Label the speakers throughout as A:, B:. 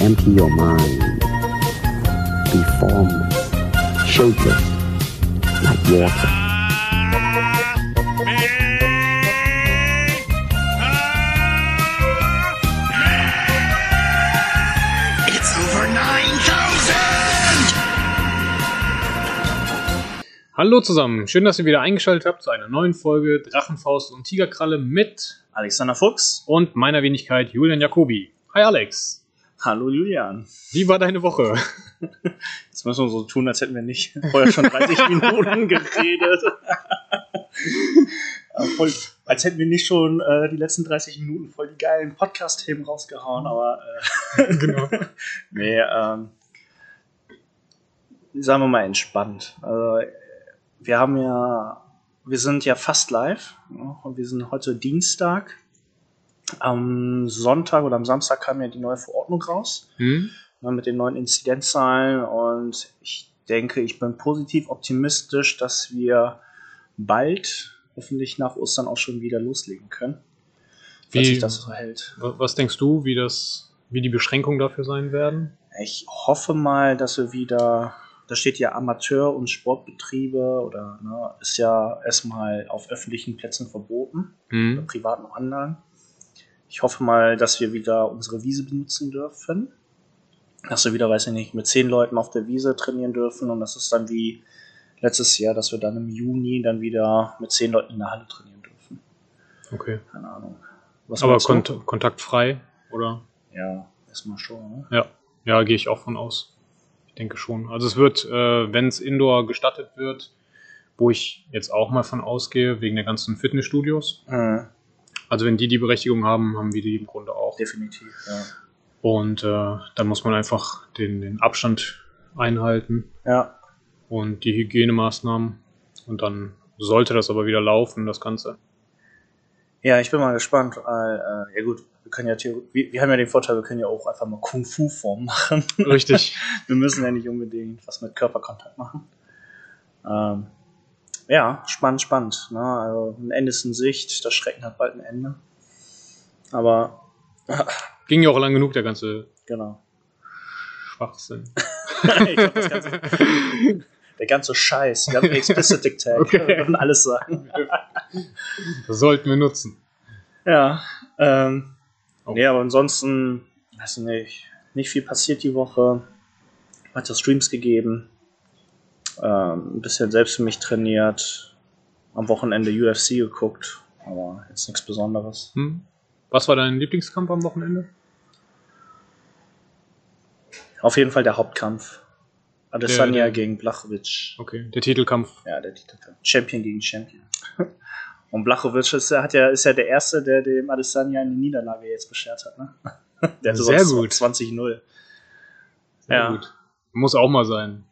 A: empty your mind. Be formless, shapeless, like water.
B: It's over 9000!
C: Hallo zusammen, schön, dass ihr wieder eingeschaltet habt zu einer neuen Folge Drachenfaust und Tigerkralle mit
B: Alexander Fuchs.
C: und meiner Wenigkeit Julian Jacobi. Hi Alex,
B: Hallo Julian.
C: wie war deine Woche?
B: Jetzt müssen wir so tun, als hätten wir nicht vorher schon 30 Minuten geredet. Ja, voll, als hätten wir nicht schon äh, die letzten 30 Minuten voll die geilen Podcast-Themen rausgehauen, aber äh,
C: Genau.
B: nee, ähm, sagen wir mal entspannt. Also, äh, wir haben ja, wir sind ja fast live ja, und wir sind heute Dienstag. Am Sonntag oder am Samstag kam ja die neue Verordnung raus
C: Hm?
B: ne, mit den neuen Inzidenzzahlen und ich denke, ich bin positiv optimistisch, dass wir bald, hoffentlich nach Ostern, auch schon wieder loslegen können. Falls
C: Wie-
B: sich das so hält.
C: Wa- Was denkst du, wie, das, wie die Beschränkungen dafür sein werden?
B: Ich hoffe mal, dass wir wieder, da steht ja Amateur- und Sportbetriebe oder ne, ist ja erstmal auf öffentlichen Plätzen verboten,
C: Hm?
B: privaten Anlagen. Ich hoffe mal, dass wir wieder unsere Wiese benutzen dürfen. Dass wir wieder, weiß ich nicht, mit zehn Leuten auf der Wiese trainieren dürfen und das ist dann wie letztes Jahr, dass wir dann im Juni dann wieder mit zehn Leuten in der Halle trainieren dürfen.
C: Okay.
B: Keine Ahnung. Was
C: Aber
B: meinst du?
C: kont kontaktfrei, oder?
B: Ja, erstmal schon. Ne?
C: Ja, ja gehe ich auch von aus. Ich denke schon. Also es wird, äh, wenn es Indoor gestattet wird, wo ich jetzt auch mal von ausgehe, wegen der ganzen Fitnessstudios.
B: Mhm,
C: Also wenn die die Berechtigung haben, haben wir die im Grunde auch.
B: definitiv, ja.
C: Und äh, dann muss man einfach den, den Abstand einhalten
B: Ja,
C: und die Hygienemaßnahmen. Und dann sollte das aber wieder laufen, das Ganze.
B: Ja, ich bin mal gespannt, weil, äh, ja gut, wir können ja theoretisch, wir, wir haben ja den Vorteil, wir können ja auch einfach mal Kung-Fu-Form machen.
C: Richtig.
B: wir müssen ja nicht unbedingt was mit Körperkontakt machen. Ähm, ja, spannend, spannend. Ne? Also ein Ende ist in Sicht, das Schrecken hat bald ein Ende. Aber,
C: Ging ja auch lang genug, der ganze
B: genau.
C: Schwachsinn.
B: ich glaub, das ganze, der ganze Scheiß, wir haben einen Explicit Tag,
C: Okay.
B: wir dürfen alles sagen.
C: Das sollten wir nutzen.
B: Ja, ähm,
C: Oh.
B: nee, aber ansonsten, weiß ich nicht, nicht viel passiert die Woche. Hat ja Streams gegeben. Ähm, ein bisschen selbst für mich trainiert. Am Wochenende UFC geguckt. Aber jetzt nichts Besonderes.
C: Hm? Was war dein Lieblingskampf am Wochenende?
B: Auf jeden Fall der Hauptkampf.
C: Der-
B: Adesanya
C: der-
B: gegen Blachowicz.
C: Okay, der Titelkampf.
B: Ja, der Titelkampf. Champion gegen Champion. Und Blachowicz ist, hat ja, ist ja der Erste, der dem Adesanya eine Niederlage jetzt beschert hat. Ne? Der hatte
C: Sehr
B: sonst
C: gut.
B: 20-0.
C: Sehr
B: Ja.
C: gut. Muss auch mal sein.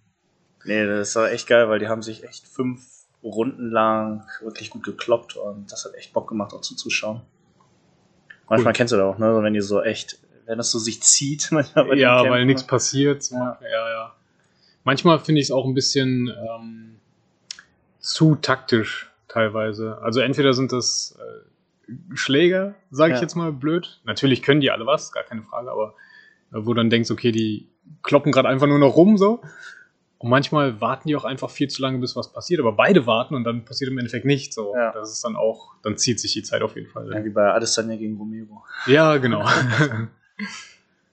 B: Nee, das war echt geil, weil die haben sich echt fünf Runden lang wirklich gut gekloppt und das hat echt Bock gemacht, auch zuzuschauen. Manchmal
C: Cool.
B: kennst du das auch, ne? so Wenn die so echt, wenn das so sich zieht, manchmal bei den
C: ja,
B: Kämpfen.
C: weil nichts passiert. zum
B: Ja.
C: Beispiel. Ja, ja. Manchmal finde ich es auch ein bisschen ähm, zu taktisch teilweise. Also entweder sind das äh, Schläger, sage ich
B: Ja.
C: jetzt mal blöd. Natürlich können die alle was, gar keine Frage, aber äh, wo dann denkst, okay, die kloppen gerade einfach nur noch rum so. Und manchmal warten die auch einfach viel zu lange, bis was passiert. Aber beide warten und dann passiert im Endeffekt nichts. So.
B: Ja.
C: Das ist dann auch, dann zieht sich die Zeit auf jeden
B: Ja,
C: Fall.
B: wie bei Adesanya gegen Romero.
C: Ja, genau.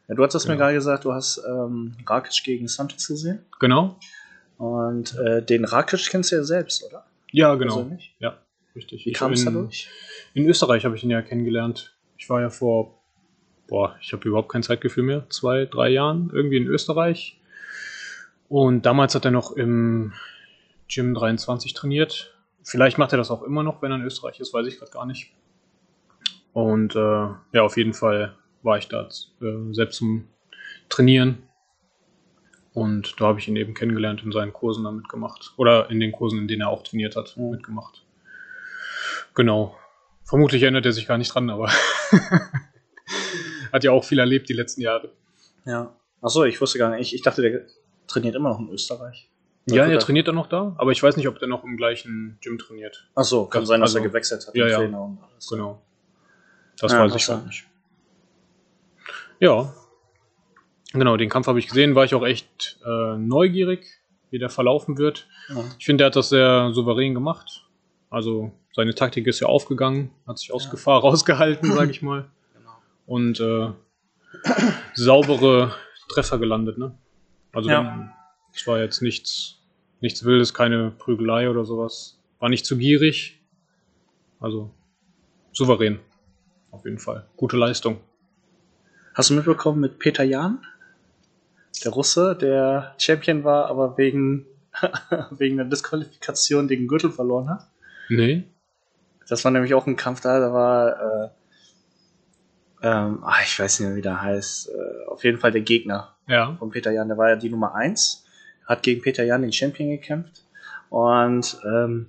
B: Ja, du hattest mir
C: Genau.
B: gerade gesagt, du hast ähm, Rakic gegen Santos gesehen
C: genau.
B: und äh, den Rakic kennst du ja selbst, oder?
C: Ja, genau.
B: Persönlich?
C: Ja, richtig.
B: Wie
C: Ich
B: kam es
C: bin-
B: dadurch?
C: In Österreich habe ich ihn ja kennengelernt. Ich war ja vor, boah, ich habe überhaupt kein Zeitgefühl mehr, zwei, drei Jahren irgendwie in Österreich. Und damals hat er noch im Gym 23 trainiert. Vielleicht macht er das auch immer noch, wenn er in Österreich ist, weiß ich gerade gar nicht. Und äh, ja, auf jeden Fall war ich da äh, selbst zum Trainieren. Und da habe ich ihn eben kennengelernt in seinen Kursen da mitgemacht. Oder in den Kursen, in denen er auch trainiert hat,
B: Mhm.
C: mitgemacht. Genau. Vermutlich erinnert er sich gar nicht dran, aber hat ja auch viel erlebt die letzten Jahre.
B: Ja. Achso, ich wusste gar nicht. Ich, ich dachte, der trainiert immer noch in Österreich.
C: Ja,
B: gut,
C: er
B: das-
C: trainiert dann noch Also da, aber ich weiß nicht, ob er noch im gleichen Gym trainiert.
B: Achso, kann
C: Das-
B: sein, dass er
C: also-
B: gewechselt hat.
C: Ja,
B: den
C: ja.
B: Trainer und alles.
C: Genau. Das
B: Ah,
C: weiß ich
B: ach so.
C: gar nicht. Ja. Genau, den Kampf habe ich gesehen, war ich auch echt äh, neugierig, wie der verlaufen wird.
B: Ja.
C: Ich finde, er hat das sehr souverän gemacht. Also seine Taktik ist ja aufgegangen, hat sich aus
B: Ja.
C: Gefahr rausgehalten, sage ich mal.
B: Genau.
C: Und äh, saubere Treffer gelandet, ne? Also
B: Ja.
C: es war jetzt nichts, nichts Wildes, keine Prügelei oder sowas. War nicht zu gierig. Also souverän. Auf jeden Fall. Gute Leistung.
B: Hast du mitbekommen mit Peter Jan? Der Russe, der Champion war, aber wegen, wegen der Disqualifikation den Gürtel verloren hat.
C: Nee.
B: Das war nämlich auch ein Kampf da, da war, äh, ähm, ah, ich weiß nicht mehr, wie der heißt. Äh, auf jeden Fall der Gegner
C: Ja.
B: von Peter Jan, der war ja die Nummer 1, hat gegen Peter Jan den Champion gekämpft und ähm,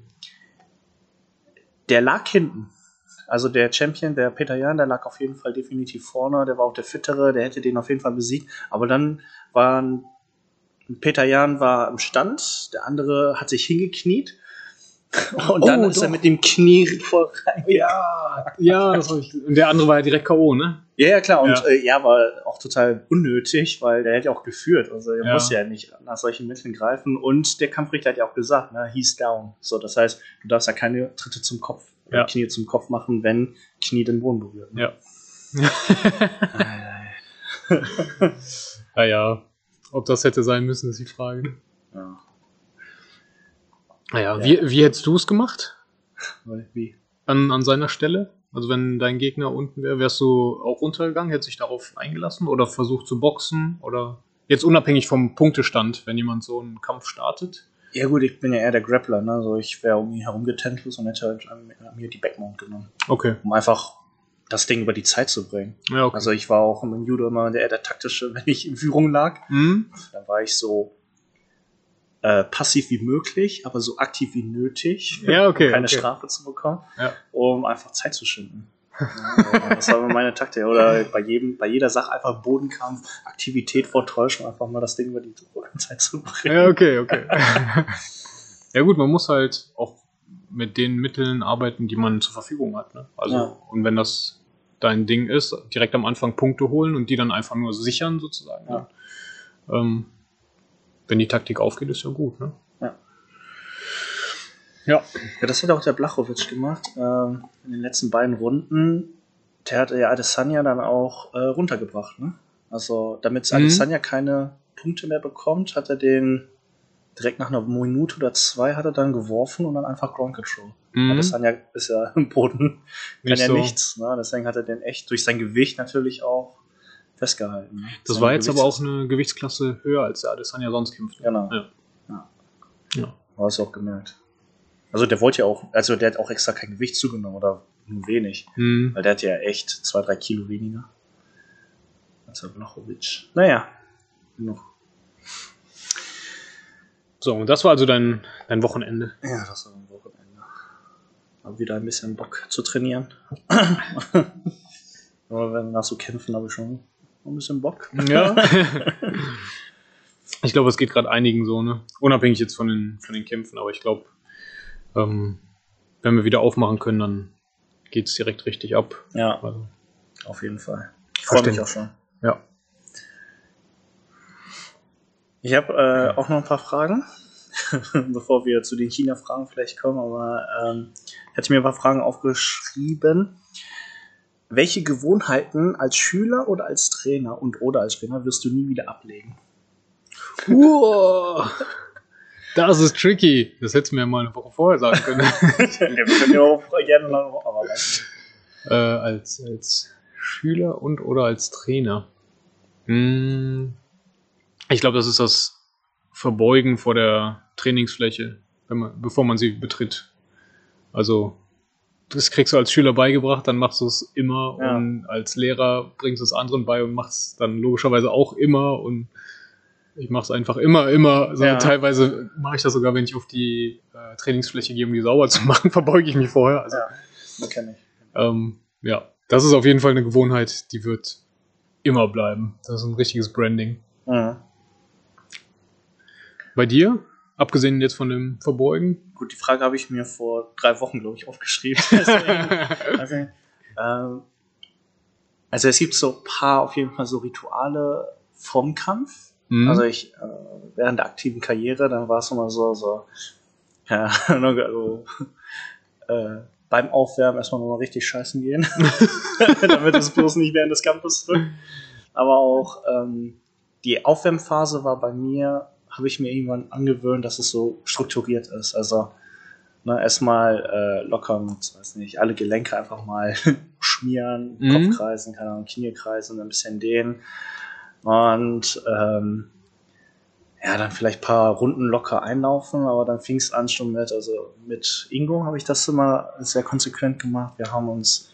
B: der lag hinten. Also der Champion, der Peter Jan, der lag auf jeden Fall definitiv vorne, der war auch der Fittere, der hätte den auf jeden Fall besiegt, aber dann waren Peter Jan war im Stand, der andere hat sich hingekniet und
C: Oh,
B: dann ist er
C: doch.
B: mit dem Knie voll rein.
C: Ja, ja, das habe ich. Und der andere war ja direkt K.O., ne?
B: Ja, ja, klar. Und
C: Ja.
B: ja. Äh, ja, war auch total unnötig, weil der hätte ja auch geführt. Also er
C: Ja.
B: muss ja nicht nach solchen Mitteln greifen. Und der Kampfrichter hat ja auch gesagt, ne, he's down. So, das heißt, du darfst ja keine Tritte zum Kopf, äh,
C: Ja.
B: Knie zum Kopf machen, wenn Knie den Boden berührt. Ne?
C: Ja. Naja, ob das hätte sein müssen, ist die Frage.
B: ja.
C: Naja,
B: Ja.
C: Wie, wie hättest du es gemacht
B: Weil, Wie?
C: an, an seiner Stelle? Also wenn dein Gegner unten wäre, wärst du auch runtergegangen, hättest dich darauf eingelassen oder versucht zu boxen oder jetzt unabhängig vom Punktestand, wenn jemand so einen Kampf startet.
B: Ja gut, ich bin ja eher der Grappler, ne? So, ich wäre um ihn herum getentelt und hätte halt an, an mir die Backmount genommen.
C: Okay.
B: Um einfach das Ding über die Zeit zu bringen.
C: Ja, okay.
B: Also ich war auch im Judo immer der, der taktische, wenn ich in Führung lag.
C: hm?
B: Dann war ich so äh, passiv wie möglich, aber so aktiv wie nötig,
C: Ja, okay.
B: um keine
C: okay.
B: Strafe zu bekommen,
C: Ja.
B: um einfach Zeit zu schinden. Ja, das war immer meine Taktik. Oder bei, jedem, bei jeder Sache einfach Bodenkampf, Aktivität vortäuschen, einfach mal das Ding über die Zeit zu bringen.
C: Ja, okay, okay. ja gut, man muss halt auch mit den Mitteln arbeiten, die man zur Verfügung hat. Ne? Also,
B: Ja.
C: und wenn das dein Ding ist, direkt am Anfang Punkte holen und die dann einfach nur sichern, sozusagen. Ne? Ähm, wenn die Taktik aufgeht, ist ja gut, ne?
B: Ja.
C: Ja.
B: Ja, das hat auch der Blachowitsch gemacht. Ähm, in den letzten beiden Runden, der hat äh, ja Adesanya dann auch äh, runtergebracht. Ne? Also, damit
C: Mhm.
B: Adesanya keine Punkte mehr bekommt, hat er den direkt nach einer Minute oder zwei hat er dann geworfen und dann einfach Ground Control.
C: Mhm.
B: Adesanya ist ja im Boden, kann
C: Nicht
B: ja
C: so.
B: nichts. Ne? Deswegen hat er den echt durch sein Gewicht natürlich auch festgehalten. ne?
C: Das
B: Sein
C: war jetzt aber auch
B: Gewichts-
C: eine Gewichtsklasse höher, als der Adesanya sonst kämpft.
B: Genau.
C: Ja.
B: Ja.
C: Ja.
B: Hast du auch gemerkt. Also der wollte ja auch, also der hat auch extra kein Gewicht zugenommen oder nur wenig.
C: Mhm.
B: Weil der hat ja echt zwei, drei Kilo weniger. Als der Blachowitsch. Naja, genug.
C: So, und das war also dein, dein Wochenende.
B: Ja, das war am Wochenende. Hab wieder ein bisschen Bock zu trainieren. Aber wenn wir nach so kämpfen, habe ich schon ein bisschen Bock.
C: Ja. ich glaube, es geht gerade einigen so, ne? Unabhängig jetzt von den, von den Kämpfen, aber ich glaube, ähm, wenn wir wieder aufmachen können, dann geht es direkt richtig ab.
B: Ja,
C: Also,
B: auf jeden Fall. Ich freue mich auch schon.
C: ja.
B: Ich habe äh, auch noch ein paar Fragen, bevor wir zu den China-Fragen vielleicht kommen, aber ähm, ich hatte mir ein paar Fragen aufgeschrieben. Welche Gewohnheiten als Schüler oder als Trainer und oder als Trainer wirst du nie wieder ablegen?
C: Uah, das ist tricky. Das hättest du mir mal eine Woche vorher sagen können.
B: wir können ja auch gerne noch arbeiten.
C: äh, als, als Schüler und oder als Trainer. Hm, ich glaube, das ist das Verbeugen vor der Trainingsfläche, wenn man, bevor man sie betritt. Also, das kriegst du als Schüler beigebracht, dann machst du es immer
B: Ja.
C: und als Lehrer bringst du es anderen bei und machst es dann logischerweise auch immer und ich mache es einfach immer, immer. Also
B: Ja.
C: Teilweise mache ich das sogar, wenn ich auf die äh, Trainingsfläche gehe, um die sauber zu machen, verbeuge ich mich vorher. Also
B: Ja, das kenn ich.
C: ähm, ja, das ist auf jeden Fall eine Gewohnheit, die wird immer bleiben. Das ist ein richtiges Branding.
B: Mhm.
C: Bei dir, abgesehen jetzt von dem Verbeugen,
B: Gut, die Frage habe ich mir vor drei Wochen, glaube ich, aufgeschrieben. Deswegen-
C: Hm?
B: Also, ähm, also es gibt so ein paar auf jeden Fall so Rituale vom Kampf.
C: Mhm.
B: Also ich, äh, während der aktiven Karriere, dann war es immer so, so, ja, also, äh, beim Aufwärmen erstmal nochmal richtig scheißen gehen, damit es bloß nicht während des Kampfes drückt. Aber auch ähm, die Aufwärmphase war bei mir, habe ich mir irgendwann angewöhnt, dass es so strukturiert ist. Also ne, erstmal äh, locker mit, weiß nicht, alle Gelenke einfach mal schmieren,
C: Mhm.
B: Kopfkreisen, keine Ahnung, Kniekreisen, ein bisschen dehnen. Und ähm, ja, dann vielleicht ein paar Runden locker einlaufen, aber dann fing es an schon mit, also mit Ingo habe ich das immer sehr konsequent gemacht. Wir haben uns,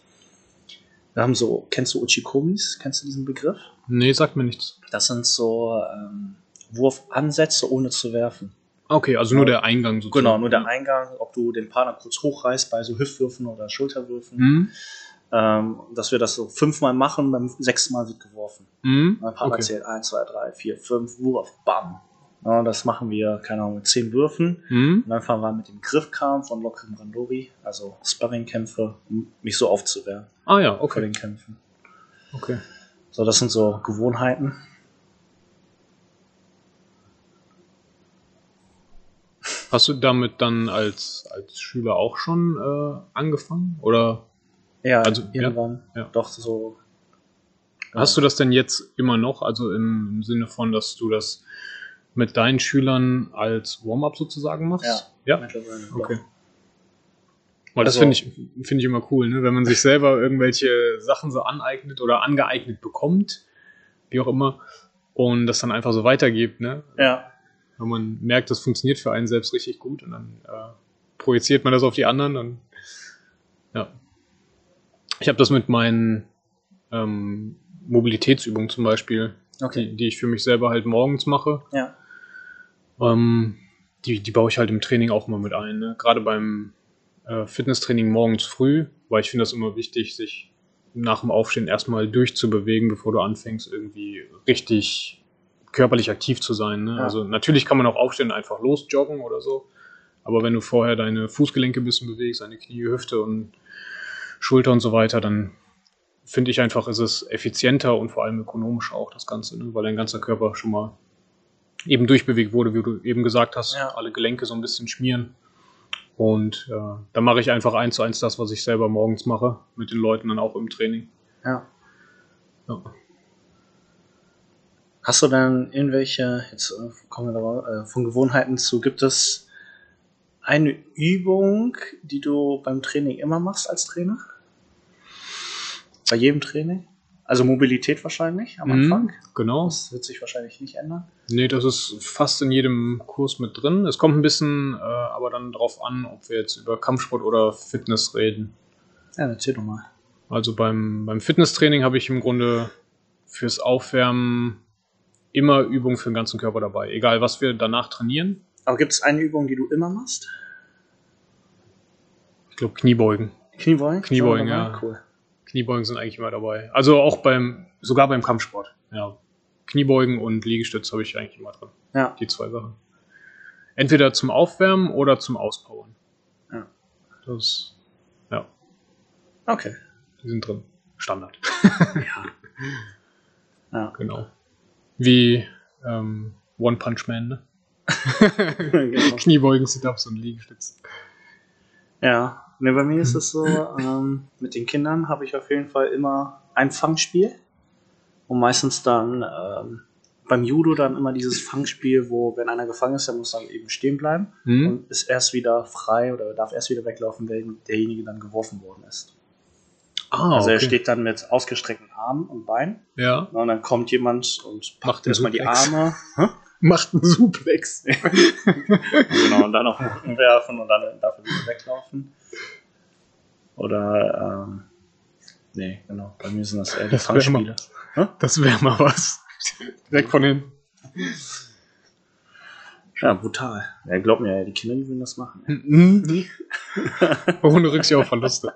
B: wir haben so, kennst du Uchikomis? Kennst du diesen Begriff?
C: Nee, sagt mir nichts.
B: Das sind so ähm, Wurfansätze ohne zu werfen.
C: Okay, also nur der Eingang sozusagen.
B: Genau, nur der Eingang, ob du den Partner kurz hochreißt bei so Hüftwürfen oder Schulterwürfen,
C: Mhm.
B: ähm, dass wir das so fünfmal machen, beim sechsten Mal wird geworfen.
C: Mhm.
B: Mein Partner
C: Okay.
B: zählt 1, 2, 3, 4, 5, Wurf, bam. Ja, und das machen wir, keine Ahnung, mit 10 Würfen.
C: Mhm.
B: Und dann fahren wir mit dem Griffkampf von Lokim Randori, also Sparringkämpfe, um mich so aufzuwehren
C: Ah ja,
B: vor
C: okay.
B: den Kämpfen.
C: okay.
B: So, das sind so Gewohnheiten.
C: Hast du damit dann als, als Schüler auch schon äh, angefangen? Oder
B: Ja,
C: Also,
B: also,
C: ja,
B: irgendwann
C: ja.
B: doch so.
C: hast du das denn jetzt immer noch? Also im, im Sinne von, dass du das mit deinen Schülern als Warm-up sozusagen machst?
B: Ja,
C: Ja.
B: mittlerweile.
C: Okay. Weil das
B: Also-
C: finde ich, find ich immer cool, ne? wenn man sich selber irgendwelche Sachen so aneignet oder angeeignet bekommt, wie auch immer, und das dann einfach so weitergibt. Ne?
B: Ja,
C: Wenn man merkt, das funktioniert für einen selbst richtig gut und dann äh, projiziert man das auf die anderen. Und, ja. Ich habe das mit meinen ähm, Mobilitätsübungen zum Beispiel,
B: okay.
C: die, die ich für mich selber halt morgens mache.
B: Ja.
C: Ähm, die, die baue ich halt im Training auch immer mit ein. Ne? Gerade beim äh, Fitnesstraining morgens früh, weil ich finde das immer wichtig, sich nach dem Aufstehen erstmal durchzubewegen, bevor du anfängst, irgendwie richtig körperlich aktiv zu sein. Ne?
B: Ja.
C: Also natürlich kann man auch aufstehen und einfach losjoggen oder so. Aber wenn du vorher deine Fußgelenke ein bisschen bewegst, deine Knie, Hüfte und Schulter und so weiter, dann finde ich einfach, ist es effizienter und vor allem ökonomisch auch das Ganze, ne? weil dein ganzer Körper schon mal eben durchbewegt wurde, wie du eben gesagt hast,
B: Ja.
C: alle Gelenke so ein bisschen schmieren. Und äh, dann mache ich einfach eins zu eins das, was ich selber morgens mache, mit den Leuten dann auch im Training.
B: ja.
C: Ja.
B: Hast du dann irgendwelche, jetzt äh, kommen wir aber, äh, von Gewohnheiten zu, gibt es eine Übung, die du beim Training immer machst als Trainer? Bei jedem Training? Also Mobilität wahrscheinlich am
C: Mhm,
B: Anfang.
C: Genau.
B: Das wird sich wahrscheinlich nicht ändern.
C: Nee, das ist fast in jedem Kurs mit drin. Es kommt ein bisschen äh, aber dann drauf an, ob wir jetzt über Kampfsport oder Fitness reden.
B: Ja, erzähl doch mal.
C: Also beim, beim Fitnesstraining habe ich im Grunde fürs Aufwärmen immer Übungen für den ganzen Körper dabei. Egal, was wir danach trainieren.
B: Aber gibt es eine Übung, die du immer machst?
C: Ich glaube, Kniebeugen.
B: Kniebeugen?
C: Kniebeugen,
B: Sagen wir mal.
C: ja.
B: Cool.
C: Kniebeugen sind eigentlich immer dabei. Also auch beim, sogar beim Kampfsport. Ja. Kniebeugen und Liegestütz habe ich eigentlich immer drin.
B: Ja.
C: Die zwei Sachen. Entweder zum Aufwärmen oder zum Auspowern.
B: Ja.
C: Das, ja,
B: Okay.
C: die sind drin. Standard.
B: Ja.
C: Genau. Wie ähm, One Punch Man, ne?
B: genau.
C: Kniebeugen, Sit-Ups und Liegestütze.
B: Ja, ne, bei mir
C: Hm.
B: ist es so, ähm, mit den Kindern habe ich auf jeden Fall immer ein Fangspiel. Und meistens dann ähm, beim Judo dann immer dieses Fangspiel, wo wenn einer gefangen ist, der muss dann eben stehen bleiben
C: Hm?
B: und ist erst wieder frei oder darf erst wieder weglaufen, wenn derjenige dann geworfen worden ist.
C: Ah,
B: Also er
C: okay.
B: steht dann mit ausgestreckten Armen und Beinen
C: Ja.
B: und dann kommt jemand und
C: Macht
B: packt
C: den
B: erstmal die
C: Suplex.
B: Arme.
C: Macht einen Suplex.
B: Genau, und dann auf den Rücken werfen und dann dafür wieder weglaufen. Oder, ähm, nee, genau, bei mir sind das eher die
C: Das wär
B: Fangspiele.
C: Das wäre mal was. Weg von hin.
B: Ja, brutal. Ja, glaub mir, die Kinder die würden das machen.
C: Ohne Rücksicht auf Verluste.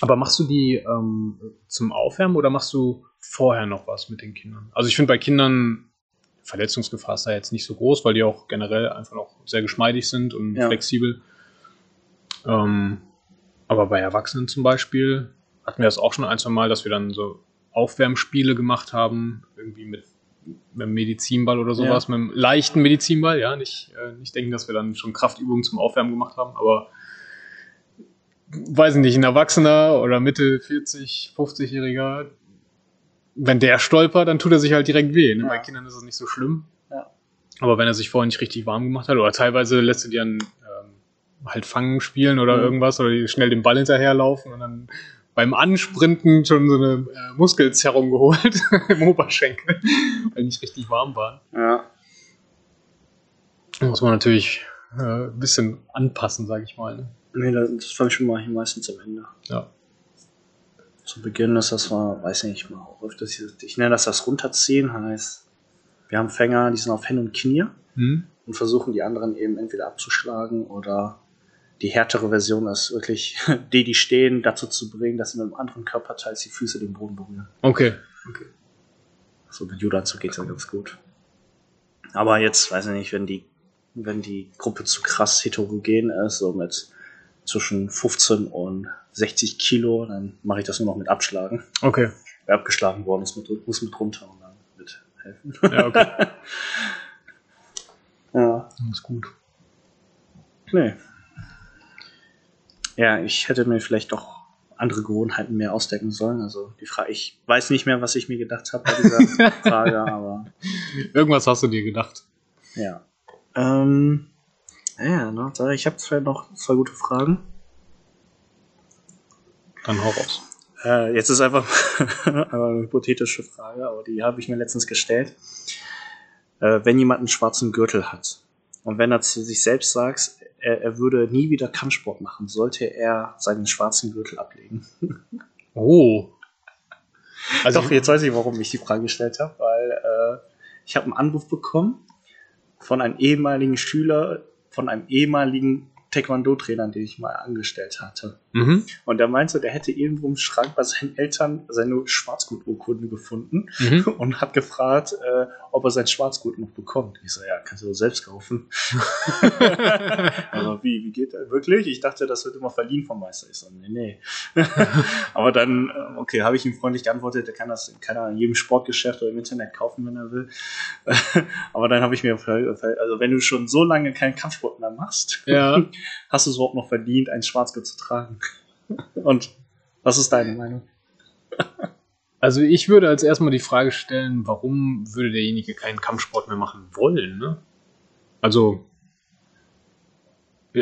C: Aber machst du die ähm, zum Aufwärmen oder machst du vorher noch was mit den Kindern? Also ich finde bei Kindern Verletzungsgefahr ist da jetzt nicht so groß, weil die auch generell einfach noch sehr geschmeidig sind und
B: Ja.
C: flexibel. Ähm, aber bei Erwachsenen zum Beispiel hatten wir das auch schon ein, zwei Mal, dass wir dann so Aufwärmspiele gemacht haben, irgendwie mit, mit einem Medizinball oder sowas, mit einem leichten Medizinball, ja, nicht, äh, nicht denken, dass wir dann schon Kraftübungen zum Aufwärmen gemacht haben, aber weiß ich nicht, ein Erwachsener oder Mitte 40, 50-Jähriger, wenn der stolpert, dann tut er sich halt direkt weh. Ne?
B: Ja.
C: Bei Kindern ist es nicht so schlimm.
B: Ja.
C: Aber wenn er sich vorher nicht richtig warm gemacht hat, oder teilweise lässt du dir einen ähm, halt Fangen spielen oder
B: Mhm.
C: irgendwas, oder die schnell den Ball hinterherlaufen und dann beim Ansprinten schon so eine äh, Muskelzerrung geholt im Oberschenkel, weil nicht richtig warm waren.
B: Ja.
C: Muss man natürlich äh, ein bisschen anpassen, sag ich mal. Ne?
B: Nee, das, das Fallschirm mache ich meistens am Ende.
C: Ja.
B: Zu Beginn ist das mal, weiß nicht mal, auch öfters dieses, ich nenne das das Runterziehen, heißt, wir haben Fänger, die sind auf Hände und Knie
C: Hm?
B: und versuchen die anderen eben entweder abzuschlagen oder die härtere Version ist wirklich, die, die stehen, dazu zu bringen, dass sie mit dem anderen Körperteil die Füße den Boden berühren.
C: Okay.
B: So mit Judanzug geht es ja ganz gut. Aber jetzt, weiß ich nicht, wenn die, wenn die Gruppe zu krass heterogen ist, so mit zwischen 15 und 60 Kilo, dann mache ich das nur noch mit Abschlagen.
C: Okay.
B: Wer abgeschlagen worden ist, mit- muss mit runter und dann mithelfen.
C: Ja, okay.
B: Ja,
C: ist gut.
B: nee. Ja, ich hätte mir vielleicht doch andere Gewohnheiten mehr ausdecken sollen. Also die Frage, ich weiß nicht mehr, was ich mir gedacht habe bei dieser Frage, aber
C: Irgendwas hast du dir gedacht.
B: Ja. Ähm, ja, ne, sag ich habe zwei noch zwei gute Fragen.
C: Dann hau raus.
B: Äh, jetzt ist einfach aber eine hypothetische Frage, aber die habe ich mir letztens gestellt. Äh, wenn jemand einen schwarzen Gürtel hat und wenn er zu sich selbst sagt, er, er würde nie wieder Kampfsport machen, sollte er seinen schwarzen Gürtel ablegen.
C: Oh.
B: Also
C: Also
B: Doch, jetzt weiß ich, warum ich die Frage gestellt habe, weil äh, ich habe einen Anruf bekommen von einem ehemaligen Schüler, von einem ehemaligen Taekwondo-Trainer, den ich mal angestellt hatte.
C: Mhm.
B: Und er meinte, der hätte irgendwo im Schrank bei seinen Eltern seine Schwarzgurt-Urkunde gefunden
C: Mhm.
B: und hat gefragt, äh, ob er sein Schwarzgurt noch bekommt. Ich so, ja, kannst du selbst kaufen. Aber wie, wie geht das? Wirklich? Ich dachte, das wird immer verliehen vom Meister. Ich so, nee, nee. Aber dann, äh, okay, habe ich ihm freundlich geantwortet, der kann das kann er in jedem Sportgeschäft oder im Internet kaufen, wenn er will. Aber dann habe ich mir, ver- ver- also wenn du schon so lange keinen Kampfsport mehr machst,
C: Ja.
B: hast du es überhaupt noch verdient, ein Schwarzgurt zu tragen? Und was ist deine Meinung?
C: Also ich würde als erstmal die Frage stellen, warum würde derjenige keinen Kampfsport mehr machen wollen? Ne? Also,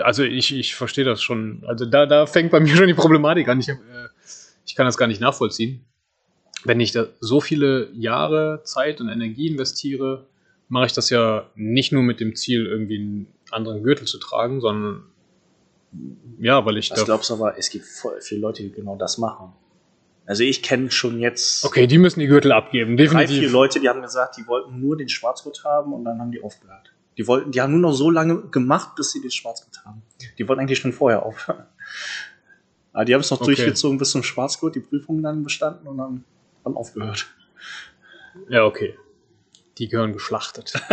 C: also ich, ich verstehe das schon. Also da, da fängt bei mir schon die Problematik an. Ich, hab, äh, ich kann das gar nicht nachvollziehen. Wenn ich da so viele Jahre Zeit und Energie investiere, mache ich das ja nicht nur mit dem Ziel, irgendwie einen anderen Gürtel zu tragen, sondern ja, weil ich
B: Was glaubst du aber, es gibt voll viele Leute, die genau das machen. Also ich kenne schon jetzt
C: Okay, die müssen die Gürtel abgeben,
B: drei, vier
C: definitiv.
B: Leute, die haben gesagt, die wollten nur den Schwarzgurt haben und dann haben die aufgehört. Die wollten, die haben nur noch so lange gemacht, bis sie den Schwarzgurt haben. Die wollten eigentlich schon vorher aufhören. Aber die haben es noch
C: Okay.
B: durchgezogen bis zum Schwarzgurt, die Prüfungen dann bestanden und dann, dann aufgehört.
C: Ja, okay. Die gehören geschlachtet.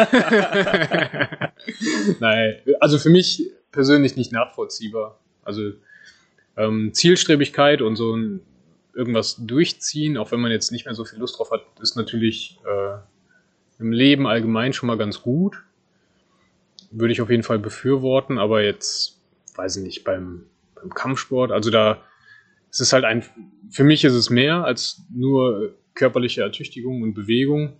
C: Nein, also für mich persönlich nicht nachvollziehbar. Also ähm, Zielstrebigkeit und so ein, irgendwas durchziehen, auch wenn man jetzt nicht mehr so viel Lust drauf hat, ist natürlich äh, im Leben allgemein schon mal ganz gut. Würde ich auf jeden Fall befürworten, aber jetzt, weiß ich nicht, beim, beim Kampfsport, also da, es ist halt ein, für mich ist es mehr als nur körperliche Ertüchtigung und Bewegung.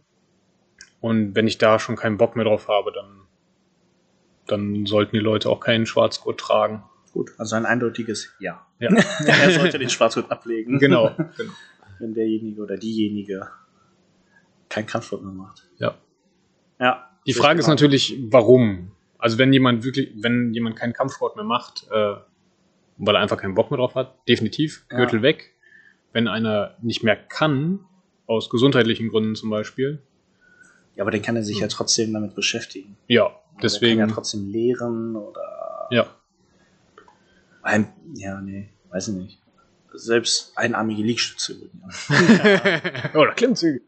C: Und wenn ich da schon keinen Bock mehr drauf habe, dann, dann sollten die Leute auch keinen Schwarzgurt tragen.
B: Gut, also ein eindeutiges Ja.
C: Ja.
B: er sollte den Schwarzgurt ablegen.
C: genau, genau.
B: wenn derjenige oder diejenige keinen Kampfsport mehr macht.
C: Ja.
B: Ja.
C: Die Frage ist
B: Genau.
C: natürlich, warum? Also wenn jemand wirklich, wenn jemand keinen Kampfsport mehr macht, äh, weil er einfach keinen Bock mehr drauf hat, definitiv,
B: Ja.
C: Gürtel weg. Wenn einer nicht mehr kann, aus gesundheitlichen Gründen zum Beispiel,
B: Ja, aber den kann er sich
C: Hm.
B: ja trotzdem damit beschäftigen.
C: ja,
B: Also
C: deswegen,
B: Der kann ja trotzdem lehren oder.
C: ja,
B: Ein, ja, nee, weiß ich nicht. Selbst einarmige Liegestütze würden ja.
C: Oder Klimmzüge.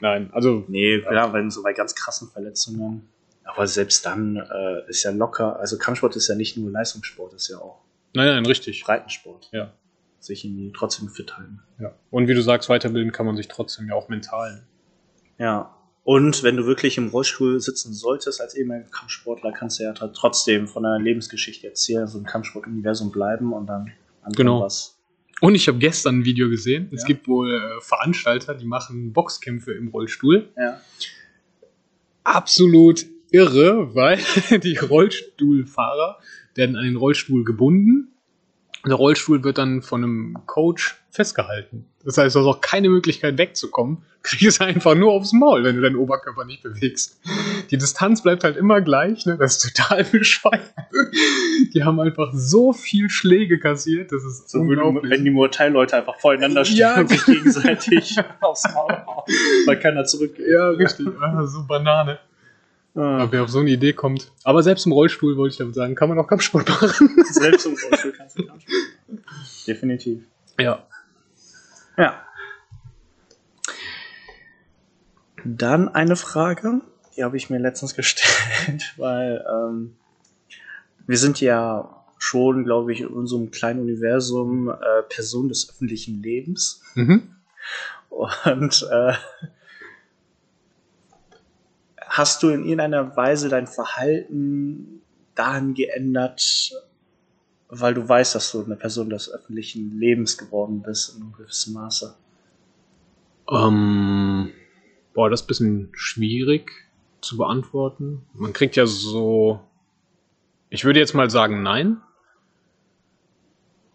C: Nein, also
B: Nee, klar, wenn so bei ganz krassen Verletzungen. Aber selbst dann äh, ist ja locker. Also Kampfsport ist ja nicht nur Leistungssport, ist ja auch
C: Nein, nein, richtig.
B: Breitensport.
C: Ja.
B: sich irgendwie trotzdem fit halten.
C: Ja. Und wie du sagst, weiterbilden kann man sich trotzdem ja auch mental.
B: Ja. Und wenn du wirklich im Rollstuhl sitzen solltest als ehemaliger Kampfsportler, kannst du ja tr- trotzdem von deiner Lebensgeschichte erzählen, so im Kampfsportuniversum bleiben und dann anderen
C: Genau.
B: was.
C: Und ich habe gestern ein Video gesehen. Es
B: Ja.
C: gibt wohl äh, Veranstalter, die machen Boxkämpfe im Rollstuhl.
B: Ja.
C: Absolut irre, weil die Rollstuhlfahrer werden an den Rollstuhl gebunden. Und der Rollstuhl wird dann von einem Coach festgehalten. Das heißt, du hast auch keine Möglichkeit wegzukommen. Kriegst einfach nur aufs Maul, wenn du deinen Oberkörper nicht bewegst. Die Distanz bleibt halt immer gleich, ne? Das ist total bescheuert. Die haben einfach so viel Schläge kassiert, das ist
B: So würden,
C: unglaublich.
B: wenn die Muay-Thai-Leute einfach voreinander stehen
C: Ja,
B: und sich gegenseitig aufs Maul hauen, weil keiner zurück.
C: Ja, richtig. Ah, so Banane.
B: Ah,
C: Aber wer auf so eine Idee kommt. Aber selbst im Rollstuhl, wollte ich damit sagen, kann man auch Kampfsport machen.
B: Selbst im Rollstuhl kannst du Kampf spielen. Definitiv.
C: Ja.
B: Ja. Dann eine Frage, die habe ich mir letztens gestellt, weil ähm, wir sind ja schon, glaube ich, in unserem kleinen Universum äh, Personen des öffentlichen Lebens.
C: Mhm.
B: Und äh, hast du in irgendeiner Weise dein Verhalten dahin geändert, weil du weißt, dass du eine Person des öffentlichen Lebens geworden bist in einem gewissen Maße?
C: Ähm, boah, das ist ein bisschen schwierig zu beantworten. Man kriegt ja so. Ich würde jetzt mal sagen, nein.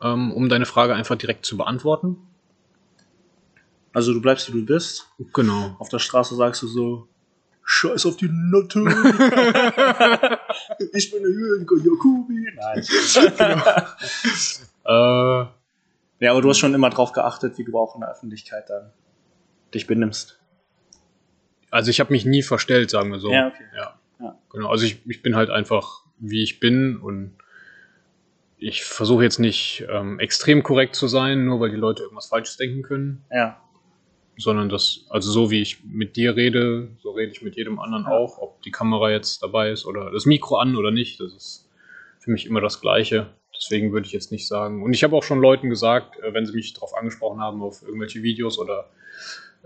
C: Ähm, um deine Frage einfach direkt zu beantworten.
B: Also du bleibst, wie du bist.
C: Genau.
B: Auf der Straße sagst du so, Scheiß auf die Nutte. ich bin der Jürgen Jakubi. Nein.
C: Äh,
B: Ja, aber du hast schon immer drauf geachtet, wie du auch in der Öffentlichkeit dann dich benimmst.
C: also ich habe mich nie verstellt, sagen wir so.
B: Ja, okay.
C: Ja.
B: Ja.
C: Genau. Also ich, ich bin halt einfach, wie ich bin und ich versuche jetzt nicht ähm, extrem korrekt zu sein, nur weil die Leute irgendwas Falsches denken können,
B: Ja.
C: sondern das, also so wie ich mit dir rede, so rede ich mit jedem anderen
B: Ja.
C: auch, ob die Kamera jetzt dabei ist oder das Mikro an oder nicht, das ist für mich immer das Gleiche. Deswegen würde ich jetzt nicht sagen. Und ich habe auch schon Leuten gesagt, äh, wenn sie mich darauf angesprochen haben, auf irgendwelche Videos oder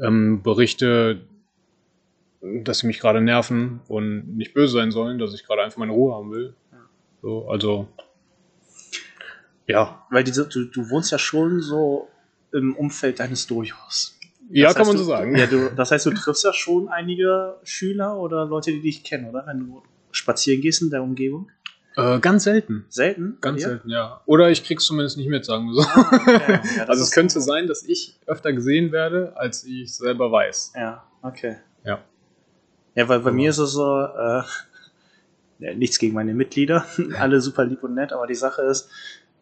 C: ähm, Berichte, dass sie mich gerade nerven und nicht böse sein sollen, dass ich gerade einfach meine Ruhe haben will. So, also, ja.
B: Weil diese, du, du wohnst ja schon so im Umfeld deines Dojos.
C: Ja,
B: Das
C: kann
B: heißt,
C: man so
B: du,
C: sagen.
B: Ja, du, das heißt, du triffst ja schon einige Schüler oder Leute, die dich kennen, oder? Wenn du spazieren gehst in der Umgebung.
C: Äh, ganz selten.
B: Selten? bei
C: Ganz
B: dir?
C: selten, ja. Oder ich krieg's zumindest nicht mit, sagen wir so.
B: Ah, okay. Ja, das
C: also es
B: ist-
C: könnte sein, dass ich öfter gesehen werde, als ich selber weiß.
B: Ja, okay.
C: Ja. Genau.
B: Ja, weil bei
C: Aber-
B: mir ist es so, äh, ja, nichts gegen meine Mitglieder, alle super lieb und nett, aber die Sache ist,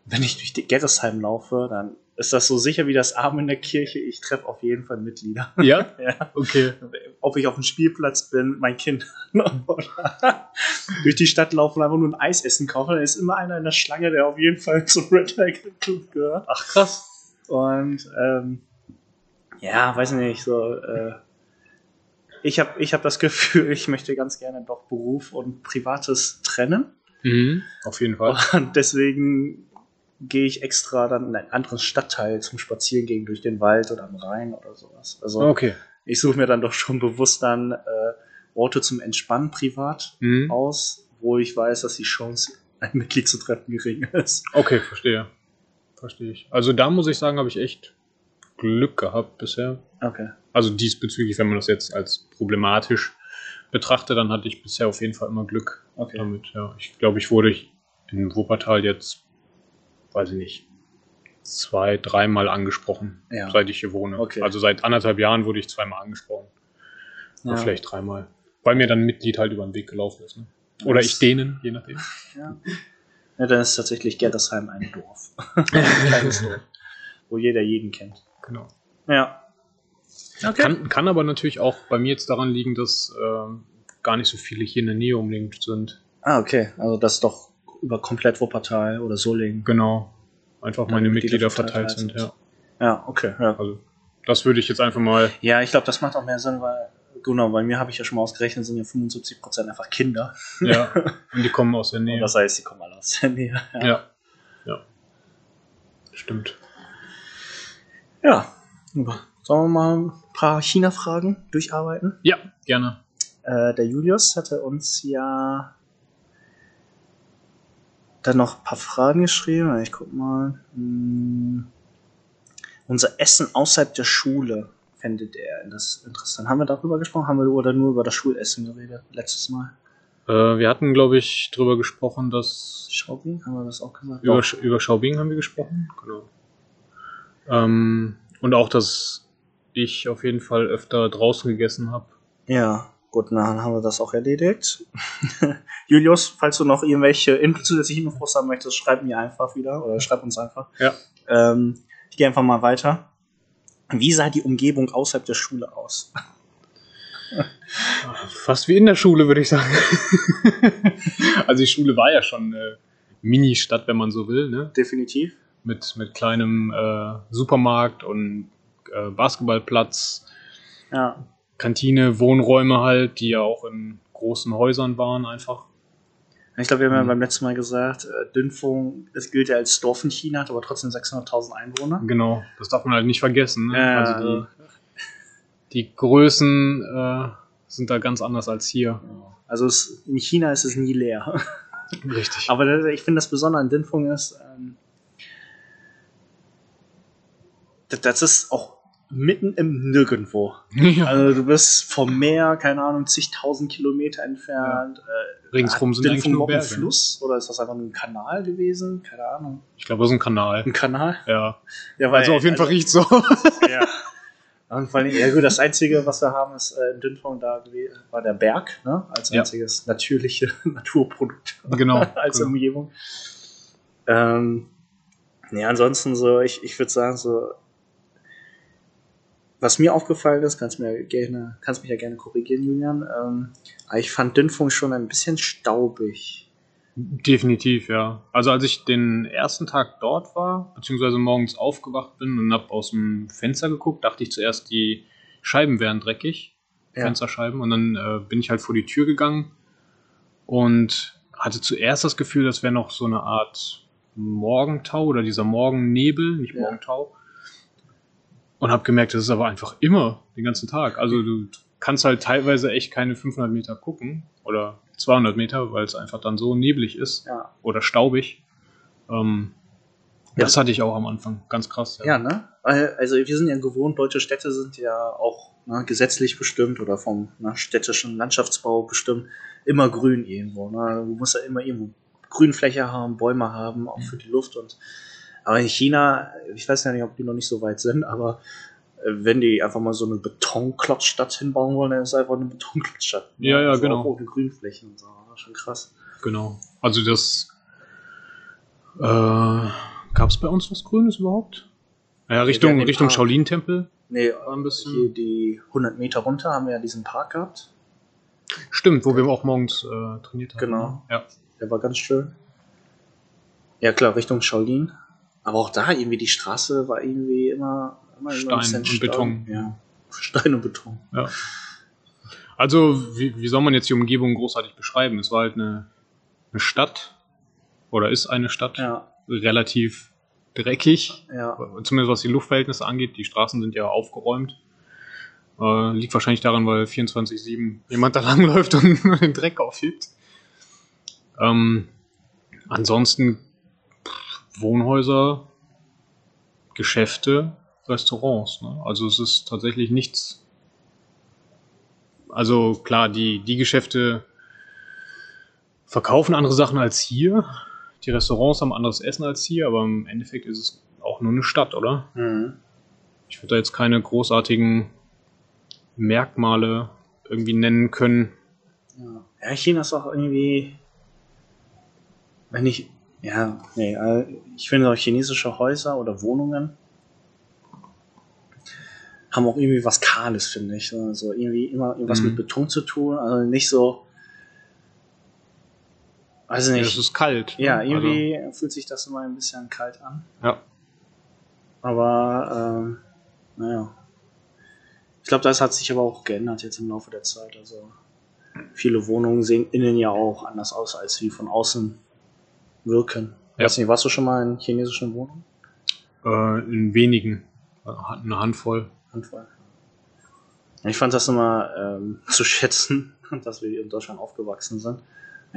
B: wenn ich durch die Gerresheim laufe, dann ist das so sicher wie das Arm in der Kirche, ich treffe auf jeden Fall Mitglieder.
C: Ja?
B: Ja.
C: Okay.
B: Ob ich auf dem Spielplatz bin mit meinen Kindern oder durch die Stadt laufe und einfach nur ein Eis essen kaufe, dann ist immer einer in der Schlange, der auf jeden Fall zum Red Light Club gehört.
C: Ach krass.
B: Und ähm, ja, weiß nicht, so äh, ich habe ich hab das Gefühl, ich möchte ganz gerne doch Beruf und Privates trennen.
C: Mhm. Auf jeden Fall.
B: Und deswegen gehe ich extra dann in einen anderen Stadtteil zum Spazierengehen durch den Wald oder am Rhein oder sowas. Also
C: Okay.
B: ich suche mir dann doch schon bewusst dann äh, Orte zum Entspannen privat
C: Mhm.
B: aus, wo ich weiß, dass die Chance, ein Mitglied zu treffen, gering ist.
C: Okay, verstehe. Verstehe ich. Also da muss ich sagen, habe ich echt Glück gehabt bisher.
B: Okay.
C: Also diesbezüglich, wenn man das jetzt als problematisch betrachtet, dann hatte ich bisher auf jeden Fall immer Glück
B: Okay.
C: damit. Ja. Ich glaube, ich wurde in Wuppertal jetzt, weiß ich nicht, zwei, dreimal angesprochen,
B: Ja.
C: seit ich hier wohne.
B: Okay.
C: Also seit anderthalb Jahren wurde ich zweimal angesprochen. Oder vielleicht dreimal. Weil mir dann ein Mitglied halt über den Weg gelaufen ist. Ne? Oder ich denen, je nachdem.
B: Ja. ja, dann ist tatsächlich Gerresheim ein Dorf. Ein kleines Dorf, wo jeder jeden kennt.
C: genau.
B: Ja.
C: Kann, kann aber natürlich auch bei mir jetzt daran liegen, dass ähm, gar nicht so viele hier in der Nähe unbedingt sind.
B: Ah, okay. Also das ist doch über komplett Wuppertal oder Solingen.
C: Genau. Einfach meine
B: Mitglieder
C: Mitglieder
B: verteilt
C: verteilt sind,
B: sind.
C: ja.
B: Ja, okay. Ja,
C: Also, das würde ich jetzt einfach mal.
B: ja ich glaube, das macht auch mehr Sinn, weil, genau, bei mir habe ich ja schon mal ausgerechnet, sind ja 75% einfach Kinder.
C: Ja. Und die kommen aus der
B: Und
C: Nähe.
B: das heißt, die kommen alle aus der Nähe.
C: ja. ja. Stimmt.
B: Ja, sollen wir mal ein paar China-Fragen durcharbeiten?
C: Ja, gerne.
B: Äh, der Julius hatte uns ja dann noch ein paar Fragen geschrieben. Ich guck mal. Hm. Unser Essen außerhalb der Schule fändet er das interessant. Haben wir darüber gesprochen? Haben wir oder nur über das Schulessen geredet letztes Mal?
C: Äh, wir hatten, glaube ich, drüber gesprochen, dass.
B: Schaubing, haben wir das auch gesagt?
C: Über,
B: Doch.
C: über Schaubing haben wir gesprochen. Genau. Ähm, und auch, dass ich auf jeden Fall öfter draußen gegessen habe.
B: Ja, gut, na, dann haben wir das auch erledigt. Julius, falls du noch irgendwelche in- zusätzlichen Infos haben möchtest, schreib mir einfach wieder oder schreib uns einfach.
C: Ja.
B: Ähm, ich gehe einfach mal weiter. Wie sah die Umgebung außerhalb der Schule aus?
C: Fast wie in der Schule, würde ich sagen. also die Schule war ja schon eine Mini-Stadt, wenn man so will, ne?
B: Definitiv.
C: Mit, mit kleinem äh, Supermarkt und äh, Basketballplatz,
B: Ja,
C: Kantine, Wohnräume halt, die ja auch in großen Häusern waren einfach.
B: Ich glaube, wir haben ja
C: Mhm.
B: beim letzten Mal gesagt, äh, Dünfung, es gilt ja als Dorf in China, hat aber trotzdem 600.000 Einwohner.
C: Genau, das darf man halt nicht vergessen. Ne?
B: Ja,
C: also die, die Größen äh, sind da ganz anders als hier.
B: Also es, in China ist es nie leer.
C: Richtig.
B: Aber das, ich finde, das Besondere an Dünfung ist, ähm, das, das ist auch mitten im Nirgendwo.
C: ja.
B: Also du bist vom Meer, keine Ahnung, zigtausend Kilometer entfernt. Äh,
C: Ringsrum
B: hat
C: sind eigentlich
B: Dünfung
C: nur
B: überhaupt einen
C: Berge.
B: Fluss oder ist das einfach nur ein Kanal gewesen? Keine Ahnung.
C: Ich glaube, das ist ein Kanal.
B: Ein Kanal?
C: Ja.
B: Ja,
C: Also auf jeden Fall riecht so.
B: Ja. Und vor allem, ja gut, das Einzige, was wir haben, ist äh, in Dünnfong da gewe- war der Berg, ne? Als
C: Ja.
B: einziges natürliche Naturprodukt
C: genau.
B: als
C: genau.
B: Umgebung. Ähm, ja, ansonsten so, ich, ich würde sagen, so, was mir aufgefallen ist, kannst mir gerne, kannst mich ja gerne korrigieren, Julian. Ähm, aber ich fand Dünnfung schon ein bisschen staubig.
C: Definitiv, ja. Also als ich den ersten Tag dort war, beziehungsweise morgens aufgewacht bin und hab aus dem Fenster geguckt, dachte ich zuerst, die Scheiben wären dreckig,
B: Ja.
C: Fensterscheiben. Und dann äh, bin ich halt vor die Tür gegangen und hatte zuerst das Gefühl, das wäre noch so eine Art Morgentau oder dieser Morgennebel, nicht
B: Ja.
C: Morgentau. Und habe gemerkt, das ist aber einfach immer, den ganzen Tag. Also du kannst halt teilweise echt keine 500 Meter gucken oder 200 Meter, weil es einfach dann so neblig ist
B: Ja,
C: oder staubig. Ähm,
B: Ja.
C: Das hatte ich auch am Anfang. Ganz krass.
B: ja ne? Weil, Also wir sind ja gewohnt, deutsche Städte sind ja auch ne, gesetzlich bestimmt oder vom ne, städtischen Landschaftsbau bestimmt immer grün irgendwo. Ne? Du musst ja immer irgendwo Grünfläche haben, Bäume haben,
C: Mhm.
B: auch für die Luft und aber in China, ich weiß ja nicht, ob die noch nicht so weit sind, aber äh, wenn die einfach mal so eine Betonklotzstadt hinbauen wollen, dann ist es einfach eine Betonklotzstadt. ne?
C: Ja, ja,
B: also
C: genau.
B: Auch ohne Grünflächen und so. ne? Schon krass.
C: Genau. Also das. Äh, Gab es bei uns was Grünes überhaupt? Ja,
B: hatten
C: Richtung,
B: den
C: Richtung
B: Park.
C: Shaolin-Tempel.
B: Nee, äh,
C: War ein bisschen-
B: hier die 100 Meter runter haben wir ja diesen Park gehabt.
C: Stimmt, wo wir auch morgens äh, trainiert haben.
B: Genau.
C: Ja.
B: Der war ganz schön. Ja, klar, Richtung Shaolin. Aber auch da irgendwie die Straße war irgendwie immer, immer
C: Stein
B: immer ein bisschen
C: und
B: Stein.
C: Beton.
B: Ja. Stein und Beton.
C: Also, wie, wie soll man jetzt die Umgebung großartig beschreiben? Es war halt eine, eine Stadt oder ist eine Stadt
B: Ja,
C: relativ dreckig.
B: ja.
C: zumindest was die Luftverhältnisse angeht, die Straßen sind ja aufgeräumt. Äh, liegt wahrscheinlich daran, weil 24-7 jemand da langläuft und nur den Dreck aufhebt. Ähm, ansonsten pff, Wohnhäuser, Geschäfte, Restaurants. Ne? Also es ist tatsächlich nichts. Also klar, die, die Geschäfte verkaufen andere Sachen als hier. Die Restaurants haben anderes Essen als hier, aber im Endeffekt ist es auch nur eine Stadt, oder?
B: Mhm.
C: Ich würde da jetzt keine großartigen Merkmale irgendwie nennen können.
B: Ja, Ja, China ist auch irgendwie. Wenn ich. Ja, nee, äh, ich finde auch chinesische Häuser oder Wohnungen haben auch irgendwie was Kahles, finde ich. Also irgendwie immer irgendwas
C: Mhm.
B: mit Beton zu tun. Also nicht so. Weiß
C: Ja,
B: nicht.
C: es ist kalt. ne? Also,
B: Ja, irgendwie fühlt sich das immer ein bisschen kalt an.
C: Ja.
B: Aber, ähm, naja. Ich glaube, das hat sich aber auch geändert jetzt im Laufe der Zeit. Also, viele Wohnungen sehen innen ja auch anders aus, als wie von außen wirken.
C: Ja.
B: Weiß nicht, warst du schon mal in chinesischen Wohnungen?
C: Also, äh, in wenigen. Eine Handvoll.
B: Handvoll. Ich fand das immer ähm, zu schätzen, dass wir hier in Deutschland aufgewachsen sind.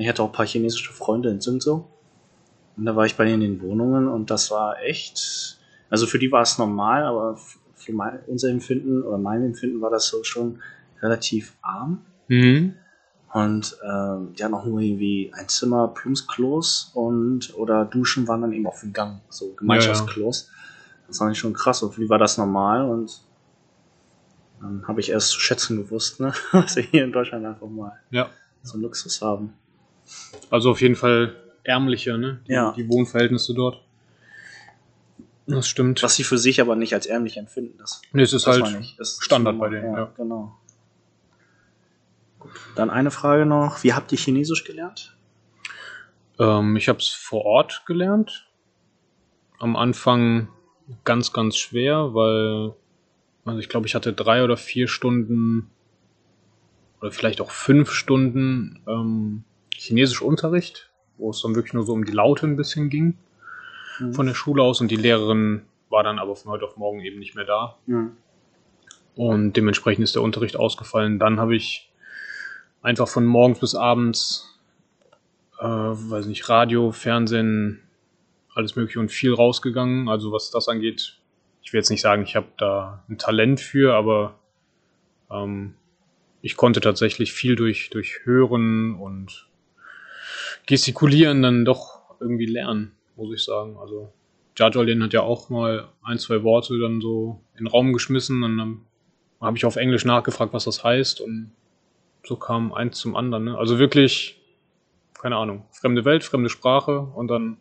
B: Ich hatte auch ein paar chinesische Freunde in Zhengzhou. Und da war ich bei denen in den Wohnungen und das war echt. Also für die war es normal, aber für mein, unser Empfinden oder mein Empfinden war das so schon relativ arm.
C: Mhm.
B: Und ähm, die hatten auch nur irgendwie ein Zimmer, Plumpsklos und oder Duschen waren dann eben auf dem Gang, so Gemeinschaftsklos. Das fand ich schon krass und für die war das normal und dann habe ich erst zu schätzen gewusst, ne? dass wir hier in Deutschland einfach mal
C: Ja.
B: so einen Luxus haben.
C: Also auf jeden Fall ärmlicher, ne? Die,
B: Ja.
C: die Wohnverhältnisse dort. Das stimmt.
B: Was sie für sich aber nicht als ärmlich empfinden. Das,
C: nee, es ist
B: das
C: halt.
B: meine ich. Das ist
C: Standard
B: normal,
C: bei denen, ja.
B: Genau. Dann eine Frage noch. Wie habt ihr Chinesisch gelernt?
C: Ähm, ich habe es vor Ort gelernt. Am Anfang ganz, ganz schwer, weil, also ich glaube, ich hatte drei oder vier Stunden oder vielleicht auch fünf Stunden ähm, Chinesischunterricht, wo es dann wirklich nur so um die Laute ein bisschen ging
B: Hm.
C: von der Schule aus und die Lehrerin war dann aber von heute auf morgen eben nicht mehr da.
B: Hm.
C: Und dementsprechend ist der Unterricht ausgefallen. Dann habe ich einfach von morgens bis abends, äh, weiß nicht, Radio, Fernsehen, alles Mögliche und viel rausgegangen. Also was das angeht, ich will jetzt nicht sagen, ich habe da ein Talent für, aber ähm, ich konnte tatsächlich viel durch, durch Hören und Gestikulieren dann doch irgendwie lernen, muss ich sagen. Also Jajolin hat ja auch mal ein, zwei Worte dann so in den Raum geschmissen und dann habe ich auf Englisch nachgefragt, was das heißt und so kam eins zum anderen. Ne? Also wirklich, keine Ahnung, fremde Welt, fremde Sprache und dann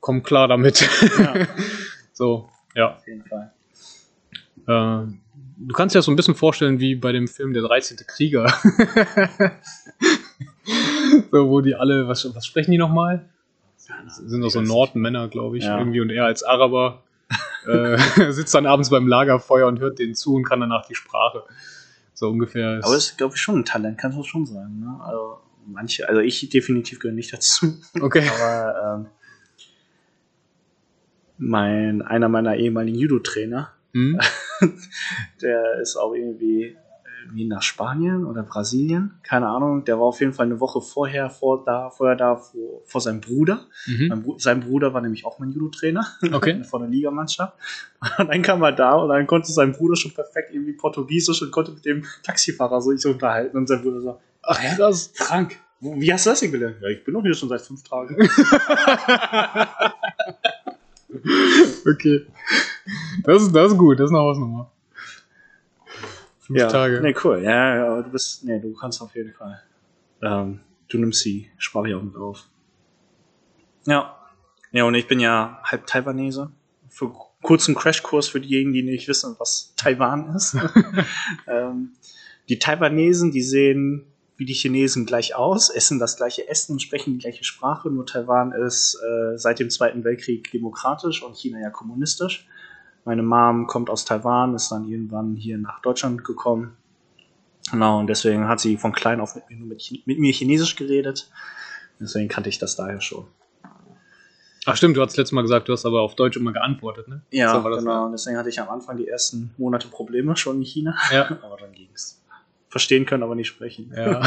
C: komm klar damit.
B: Ja,
C: so, ja.
B: auf jeden Fall.
C: Äh, du kannst dir das so ein bisschen vorstellen wie bei dem Film Der 13. Krieger. so, wo die alle, was, was sprechen die nochmal? sind doch so Nordmänner, glaube ich,
B: Ja.
C: irgendwie. Und er als Araber äh, sitzt dann abends beim Lagerfeuer und hört denen zu und kann danach die Sprache. So ungefähr. ist-
B: Aber es ist, glaube ich, schon ein Talent, kannst du schon sagen. Ne? Also, manche, also ich definitiv gehöre nicht dazu.
C: okay.
B: Aber ähm, mein, einer meiner ehemaligen Judo-Trainer,
C: Hm?
B: der ist auch irgendwie, irgendwie nach Spanien oder Brasilien, keine Ahnung. Der war auf jeden Fall eine Woche vorher vor da, vorher da vor, vor seinem Bruder.
C: Mhm.
B: Mein Bru sein Bruder war nämlich auch mein Judo-Trainer
C: Okay.
B: von der Ligamannschaft. Und dann kam er da und dann konnte sein Bruder schon perfekt irgendwie Portugiesisch und konnte mit dem Taxifahrer so sich unterhalten. Und sein Bruder so,
C: Ach, krass.
B: Frank, wo- wie hast du das denn gelernt? Ja, ich bin doch hier schon seit fünf Tagen.
C: Okay. Das ist, das ist gut, das ist eine Hausnummer. Fünf
B: ja.
C: Tage.
B: Nee, cool. Ja, ja, aber du bist, nee, du kannst auf jeden Fall. Ähm, du nimmst die Sprache ja auch mit auf. Ja. Ja, und ich bin ja halb Taiwanese. Für kurzen Crashkurs für diejenigen, die nicht wissen, was Taiwan ist. ähm, die Taiwanesen, die sehen wie die Chinesen gleich aus, essen das gleiche Essen, sprechen die gleiche Sprache, nur Taiwan ist äh, seit dem Zweiten Weltkrieg demokratisch und China ja kommunistisch. Meine Mom kommt aus Taiwan, ist dann irgendwann hier nach Deutschland gekommen. Genau, und deswegen hat sie von klein auf mit mir, nur mit, Chi- mit mir Chinesisch geredet. Deswegen kannte ich das daher schon.
C: Ach stimmt, du hast letztes Mal gesagt, du hast aber auf Deutsch immer geantwortet, ne?
B: Ja,
C: So war das,
B: genau. Und deswegen hatte ich am Anfang die ersten Monate Probleme schon in China.
C: Ja.
B: Aber dann ging's. Verstehen können, aber nicht sprechen.
C: Ja.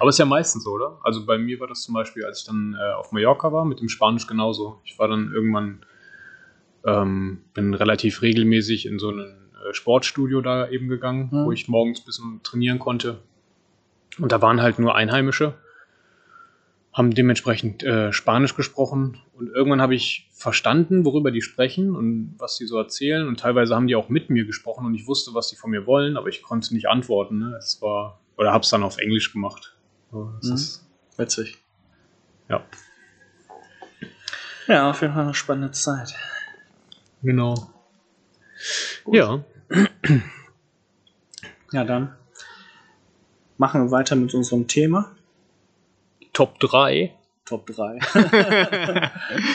C: Aber ist ja meistens so, oder? Also bei mir war das zum Beispiel, als ich dann äh, auf Mallorca war, mit dem Spanisch genauso. Ich war dann irgendwann, ähm, bin relativ regelmäßig in so ein äh, Sportstudio da eben gegangen,
B: Mhm.
C: wo ich morgens ein bisschen trainieren konnte. Und da waren halt nur Einheimische, haben dementsprechend äh, Spanisch gesprochen. Und irgendwann habe ich verstanden, worüber die sprechen und was sie so erzählen. Und teilweise haben die auch mit mir gesprochen und ich wusste, was sie von mir wollen, aber ich konnte nicht antworten. Ne? Es war, oder habe es dann auf Englisch gemacht. So, das
B: Mhm.
C: ist,
B: Witzig.
C: Ja.
B: Ja, auf jeden Fall eine spannende Zeit.
C: genau. Ja.
B: Ja, dann machen wir weiter mit unserem Thema.
C: Top 3.
B: Top 3.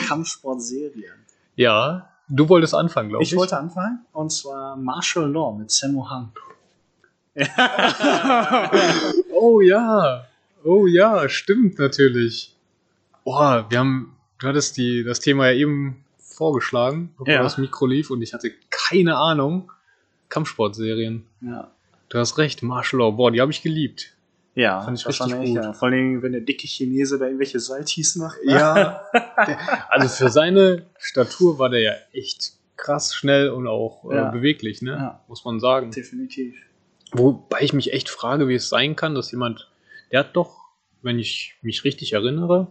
B: Kampfsportserien.
C: ja. Du wolltest anfangen, glaube ich.
B: Ich wollte anfangen und zwar Martial Law mit Sammo Hung.
C: oh ja. Oh ja, stimmt natürlich. Boah, wir haben, du hattest die, das Thema ja eben vorgeschlagen, obwohl
B: Ja.
C: das Mikro lief und ich hatte keine Ahnung. Kampfsportserien.
B: Ja.
C: Du hast recht, Martial Law. Boah, die habe ich geliebt.
B: Ja,
C: Fand ich
B: das
C: richtig
B: fand ich,
C: gut.
B: Ja. Vor allem, wenn der dicke Chinese da irgendwelche Saltis macht. ne?
C: Ja. der, also für seine Statur war der ja echt krass schnell und auch äh,
B: Ja.
C: beweglich, ne?
B: Ja.
C: Muss man sagen.
B: Definitiv.
C: Wobei ich mich echt frage, wie es sein kann, dass jemand, der hat doch, wenn ich mich richtig erinnere,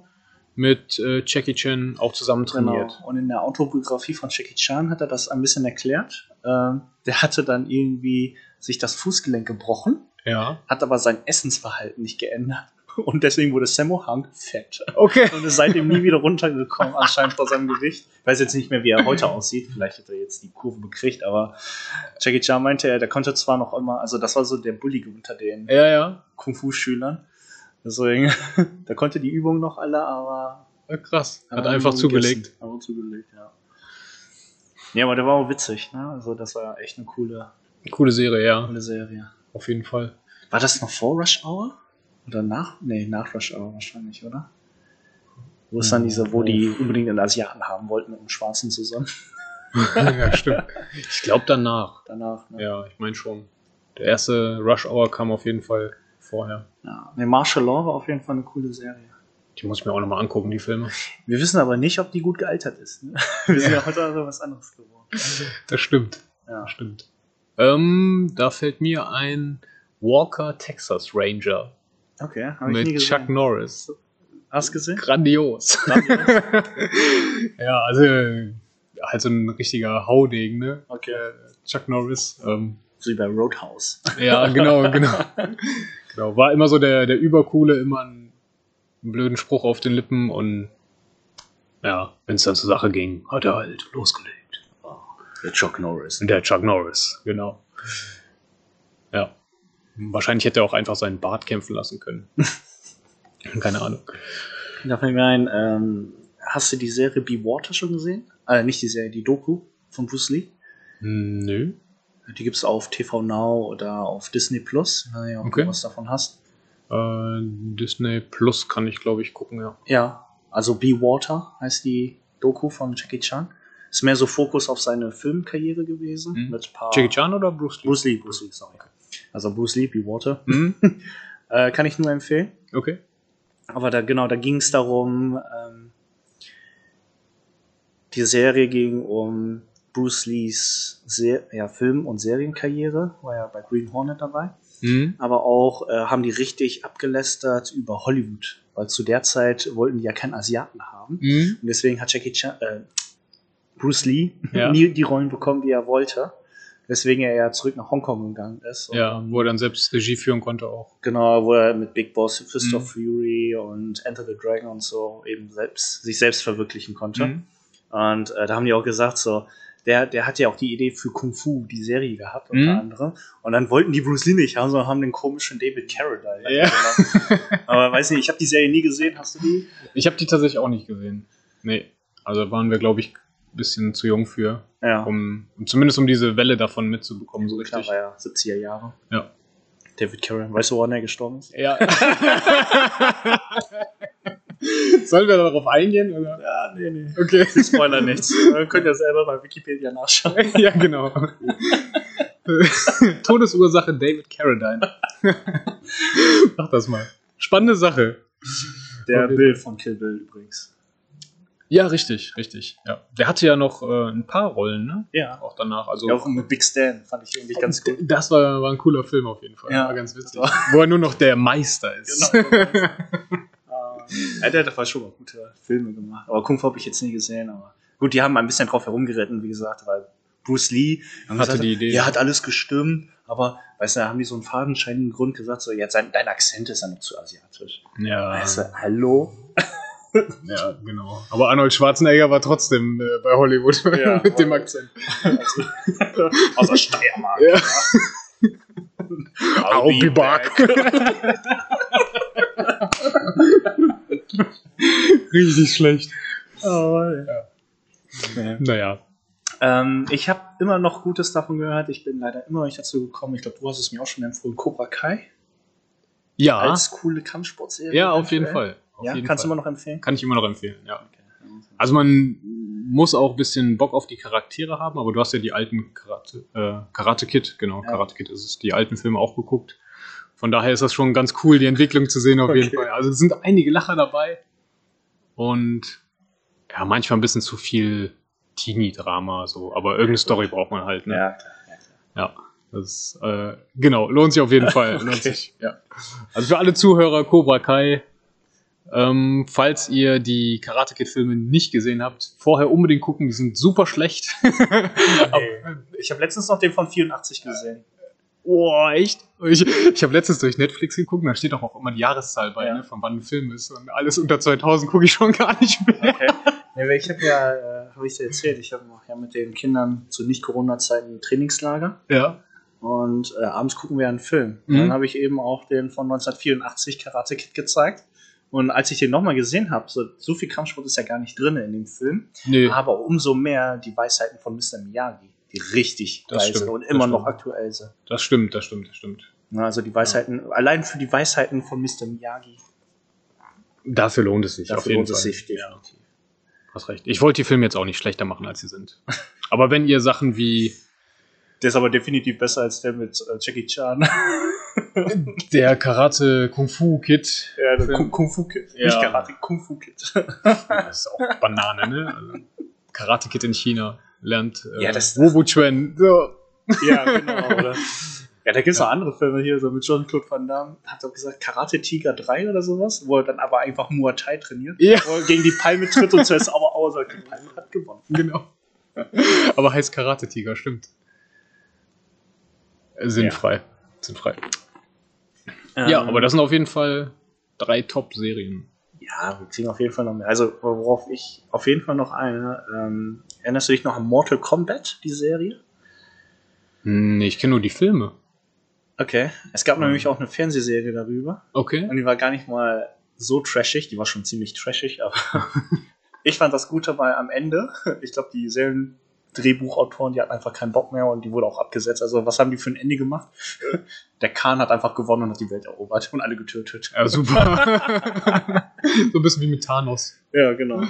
C: mit äh, Jackie Chan auch zusammen trainiert.
B: Genau. Und in der Autobiografie von Jackie Chan hat er das ein bisschen erklärt. Ähm, der hatte dann irgendwie sich das Fußgelenk gebrochen,
C: Ja.
B: hat aber sein Essensverhalten nicht geändert. Und deswegen wurde Sammo Hung fett.
C: Okay.
B: Und ist seitdem nie wieder runtergekommen, anscheinend vor seinem Gewicht. Ich weiß jetzt nicht mehr, wie er heute aussieht. Vielleicht hat er jetzt die Kurve gekriegt, aber Jackie Chan meinte, er, der konnte zwar noch immer, also das war so der Bullige unter den
C: Ja, ja.
B: Kung-Fu-Schülern. Deswegen, da konnte die Übung noch alle, aber
C: Ja, Krass. Hat
B: aber
C: einfach
B: irgendwie
C: zugelegt.
B: gegessen. Einfach zugelegt, ja. Ja, aber der war auch witzig, ne? Also das war echt eine coole,
C: Coole Serie, ja.
B: coole Serie.
C: Auf jeden Fall.
B: War das noch vor Rush Hour? Oder nach? Nee, nach Rush Hour wahrscheinlich, oder? Wo ist dann diese, wo die unbedingt einen Asiaten haben wollten mit einem Schwarzen zusammen?
C: ja, stimmt. Ich glaube danach.
B: Danach, ne?
C: Ja, ich meine schon. Der erste Rush Hour kam auf jeden Fall vorher.
B: Ja. Ne, Martial Law war auf jeden Fall eine coole Serie.
C: Die muss ich mir auch nochmal angucken, die Filme.
B: Wir wissen aber nicht, ob die gut gealtert ist. Ne? Wir sind ja heute also was anderes geworden.
C: Das stimmt.
B: Ja.
C: Das stimmt. Ähm, da fällt mir ein Walker Texas Ranger.
B: Okay, habe ich nie
C: mit Chuck
B: gesehen.
C: Norris.
B: Hast du gesehen?
C: Grandios. ja, also äh, halt so ein richtiger Haudegen, ne?
B: Okay.
C: Chuck Norris. Ähm,
B: So wie bei Roadhouse.
C: ja, genau, genau. genau. War immer so der, der Übercoole, immer einen, einen blöden Spruch auf den Lippen und ja, wenn es dann zur Sache ging, hat er halt losgelegt.
B: Der Chuck Norris.
C: Und der Chuck Norris, genau. Ja. Wahrscheinlich hätte er auch einfach seinen Bart kämpfen lassen können. Keine Ahnung.
B: Da fällt mir ein, ähm, hast du die Serie Be Water schon gesehen? Äh, nicht die Serie, die Doku von Bruce Lee.
C: Hm, Nö.
B: Die gibt's auf TV Now oder auf Disney Plus. Ich weiß nicht, ob
C: Okay.
B: du was davon hast.
C: Äh, Disney Plus kann ich, glaube ich, gucken, ja.
B: Ja, also Be Water heißt die Doku von Jackie Chan. Ist mehr so Fokus auf seine Filmkarriere gewesen.
C: Mhm.
B: Mit paar
C: Jackie Chan oder Bruce Lee?
B: Bruce Lee, Bruce Lee, sorry. Also Bruce Lee, Be Water.
C: Mhm.
B: Äh, kann ich nur empfehlen.
C: Okay.
B: Aber da, genau, da ging es darum, ähm, die Serie ging um Bruce Lees Se ja, Film- und Serienkarriere, war ja bei Green Hornet dabei.
C: Mhm.
B: Aber auch äh, haben die richtig abgelästert über Hollywood, weil zu der Zeit wollten die ja keinen Asiaten haben.
C: Mhm.
B: Und deswegen hat Jackie Chan, äh, Bruce Lee
C: Ja.
B: nie die Rollen bekommen, die er wollte. Deswegen er ja zurück nach Hongkong gegangen ist. und
C: Ja, wo er dann selbst Regie führen konnte auch.
B: Genau, wo er mit Big Boss, Fist
C: Mhm.
B: of Fury und Enter the Dragon und so eben selbst, sich selbst verwirklichen konnte.
C: Mhm.
B: Und äh, da haben die auch gesagt, so, der, der hat ja auch die Idee für Kung Fu, die Serie gehabt, unter
C: Mhm.
B: anderem. Und dann wollten die Bruce Lee nicht haben, sondern haben den komischen David Carradine.
C: Ja.
B: gemacht. Aber weiß nicht, ich habe die Serie nie gesehen, hast du die?
C: Ich habe die tatsächlich auch nicht gesehen. Nee. Also waren wir, glaube ich, ein bisschen zu jung für,
B: Ja,
C: um um zumindest um diese Welle davon mitzubekommen, so
B: klar
C: richtig.
B: war ja 70er Jahre.
C: Ja.
B: David Carradine, weißt du, woran er gestorben ist?
C: Ja. Sollen wir darauf eingehen? Oder?
B: Ja, nee, nee.
C: Okay.
B: Ich spoiler nichts. Ihr Könnt ihr selber bei Wikipedia nachschauen.
C: ja, genau. Todesursache David Carradine. Mach das mal. Spannende Sache.
B: Der
C: Okay.
B: Bill von Kill Bill übrigens.
C: Ja, richtig, richtig. Ja. Der hatte ja noch äh, ein paar Rollen, ne?
B: Ja.
C: Auch danach. Also
B: Ja, auch mit Big Stan fand ich irgendwie ganz gut.
C: Das war, war ein cooler Film auf jeden Fall.
B: Ja.
C: War ganz witzig. Wo er nur noch der Meister ist.
B: Genau. Äh, der hat auf jeden Fall schon mal gute Filme gemacht. Aber Kung Fu habe ich jetzt nie gesehen. Aber gut, die haben ein bisschen drauf herumgeritten, wie gesagt, weil Bruce Lee haben
C: Hatte
B: gesagt,
C: die Idee.
B: Ja, hat alles gestimmt. Aber, weißt du, da haben die so einen fadenscheinigen Grund gesagt, so, jetzt sein, dein Akzent ist ja noch zu asiatisch.
C: ja,
B: Weißt du, hallo?
C: ja, genau. Aber Arnold Schwarzenegger war trotzdem äh, bei Hollywood
B: Ja,
C: mit dem
B: war-
C: Akzent.
B: Aus der Steiermark.
C: Ja.
B: I'll be back.
C: Richtig schlecht.
B: Oh, Ja.
C: Naja.
B: Ähm, ich habe immer noch Gutes davon gehört. Ich bin leider immer noch nicht dazu gekommen. Ich glaube, du hast es mir auch schon empfohlen. Cobra Kai
C: Ja,
B: als coole Kampfsportserie.
C: Ah. ja auf jeden
B: aktuell.
C: Fall. Auf
B: Ja,
C: jeden
B: kannst
C: Fall.
B: du immer noch empfehlen?
C: Kann ich immer noch empfehlen, ja. Also man muss auch ein bisschen Bock auf die Charaktere haben, aber du hast ja die alten Karate, äh, Karate Kid, genau,
B: Ja.
C: Karate Kid ist es, die alten Filme auch geguckt. Von daher ist das schon ganz cool, die Entwicklung zu sehen auf jeden
B: Okay.
C: Fall. Also es sind einige Lacher dabei und ja, manchmal ein bisschen zu viel Teenie-Drama, so, aber irgendeine Story braucht man halt, ne?
B: Ja.
C: Das, äh, genau, lohnt sich auf jeden Fall. Lohnt sich, ja. Also für alle Zuhörer, Cobra Kai, ähm, falls ihr die Karate Kid-Filme nicht gesehen habt, vorher unbedingt gucken, die sind super schlecht.
B: Ich habe letztens noch den von 84 gesehen.
C: Boah, echt? Ich, ich habe letztens durch Netflix geguckt, da steht doch auch immer die Jahreszahl bei,
B: Ja.
C: ne, von wann ein Film ist. Und alles unter 2000 gucke ich schon gar nicht mehr.
B: Okay. nee, weil ich habe ja, äh, habe ich dir erzählt, ich habe ja mit den Kindern zu Nicht-Corona-Zeiten ein Trainingslager.
C: Ja.
B: Und äh, abends gucken wir einen Film.
C: Mhm.
B: Und dann habe ich eben auch den von 1984 Karate Kid gezeigt. Und als ich den nochmal gesehen habe, so, so viel Kampfsport ist ja gar nicht drin in dem Film,
C: Nee.
B: aber umso mehr die Weisheiten von Mr. Miyagi, die richtig
C: Das
B: geil
C: stimmt,
B: sind und
C: das
B: immer noch
C: stimmt.
B: aktuell sind.
C: Das stimmt, das stimmt, das stimmt.
B: Na, Also die Weisheiten, allein für die Weisheiten von Mr. Miyagi,
C: Dafür lohnt es sich. auf
B: dafür
C: jeden
B: lohnt es
C: Fall.
B: sich definitiv.
C: Hast recht. Ich wollte die Filme jetzt auch nicht schlechter machen, als sie sind. Aber wenn ihr Sachen wie
B: Der ist aber definitiv besser als der mit äh, Jackie Chan.
C: der Karate Kung Fu Kid,
B: ja, der
C: Film.
B: Kung, Kung Fu Kid.
C: Ja.
B: Nicht Karate, Kung Fu Kid.
C: das ist auch Banane, ne? Also, Karate Kid in China lernt äh,
B: Ja, das-
C: Wu Wu Chuan. So.
B: ja, genau. Oder? Ja, da gibt es noch andere Filme hier, so mit Jean-Claude Van Damme. Hat doch gesagt, Karate Tiger 3 oder sowas, wo er dann aber einfach Muay Thai trainiert.
C: Ja.
B: Wo er gegen die Palme tritt und zuerst aber aus, sagt, die Palme hat gewonnen.
C: Genau. Aber heißt Karate Tiger, stimmt. Äh, Sinnfrei. Sinnfrei. Ja,
B: Ähm.
C: aber das sind auf jeden Fall drei Top-Serien.
B: Ja, wir kriegen auf jeden Fall noch mehr. Also, worauf ich auf jeden Fall noch eine. Ähm, erinnerst du dich noch an Mortal Kombat, die Serie?
C: Hm, Nee, ich kenne nur die Filme.
B: Okay. Es gab
C: Mhm.
B: nämlich auch eine Fernsehserie darüber.
C: Okay.
B: Und die war gar nicht mal so trashig, die war schon ziemlich trashig, aber ich fand das Gute weil am Ende, ich glaube, die selben Drehbuchautoren, die hatten einfach keinen Bock mehr und die wurde auch abgesetzt. Also, was haben die für ein Ende gemacht? Der Khan hat einfach gewonnen und hat die Welt erobert und alle getötet.
C: Ja, super. so ein bisschen wie mit Thanos.
B: Ja, genau.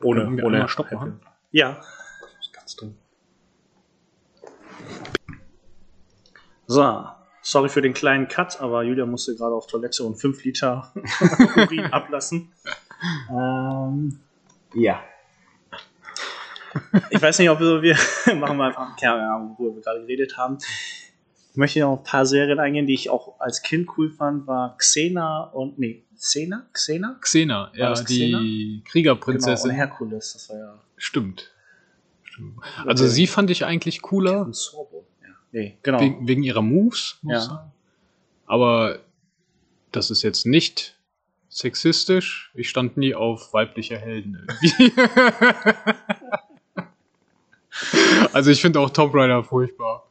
B: Ohne,
C: Können wir
B: ohne
C: einmal Stopp machen?
B: Ja. ganz dumm. So, sorry für den kleinen Cut, aber Julia musste gerade auf Toilette und 5 Liter Urin ablassen. Ähm, ja. Ich weiß nicht, ob wir, wir machen mal einfach einen Kern, ja, worüber wir gerade geredet haben. Ich möchte noch auf ein paar Serien eingehen, die ich auch als Kind cool fand, war Xena und, nee, Xena? Xena?
C: Xena, ja,
B: das
C: die
B: Genau, und
C: Kriegerprinzessin.
B: Herkules, das war ja...
C: Stimmt. Stimmt. Also sie fand ich eigentlich cooler,
B: Captain Sorbo. Ja. Nee, genau.
C: wegen, wegen ihrer Moves, muss
B: Ja.
C: ich sagen. Aber das ist jetzt nicht sexistisch. Ich stand nie auf weibliche Helden. irgendwie. also ich finde auch Tomb Raider furchtbar.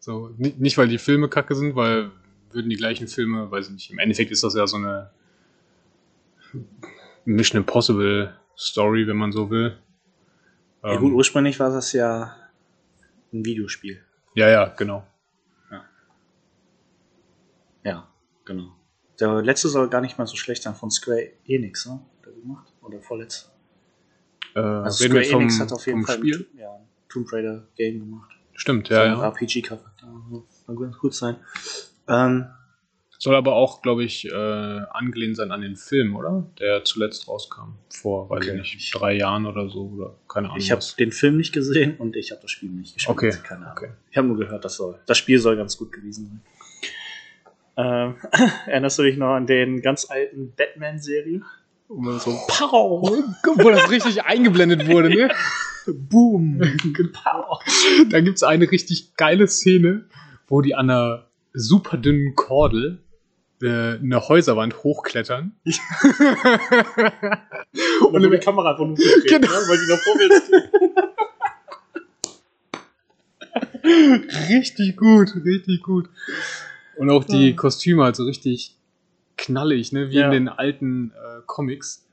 C: So, ni- nicht, weil die Filme kacke sind, weil würden die gleichen Filme, weiß ich nicht, im Endeffekt ist das ja so eine Mission Impossible Story, wenn man so will. Ähm,
B: ja, gut, ursprünglich war das ja ein Videospiel.
C: Ja, ja, genau.
B: Ja, genau. Der letzte soll gar nicht mal so schlecht sein von Square Enix, ne? Hat er gemacht? Oder vorletzte.
C: Äh,
B: Also
C: reden wir
B: Square
C: vom-
B: Enix hat auf jeden
C: vom
B: Fall
C: Spiel.
B: Ein, ja, ein Tomb Raider Game gemacht.
C: Stimmt, ja,
B: So ein
C: ja.
B: RPG-Charakter. Also, Kann ganz gut sein. Ähm,
C: Soll aber auch, glaube ich, äh, angelehnt sein an den Film, oder? Der zuletzt rauskam. Vor, weiß
B: Okay.
C: ich nicht, drei Jahren oder so. Oder keine Ahnung.
B: ich habe
C: was.
B: den Film nicht gesehen und ich habe das Spiel nicht gespielt.
C: Okay,
B: Keine Ahnung.
C: okay.
B: Ich habe nur gehört, das soll. Das Spiel soll ganz gut gewesen sein. Ähm, erinnerst du dich noch an den ganz alten Batman-Serie?
C: Immer so,
B: Pow!
C: wo das richtig eingeblendet wurde, ne? Boom. Genau.
B: Pow!
C: da gibt es eine richtig geile Szene, wo die an einer super dünnen Kordel äh, eine Häuserwand hochklettern.
B: Und dann wird die Kamera von umgedreht,
C: Genau.
B: ne? weil die noch vorwärts
C: richtig gut, richtig gut. Und auch die Kostüme halt so richtig knallig, ne? Wie
B: Ja.
C: in den alten äh, Comics.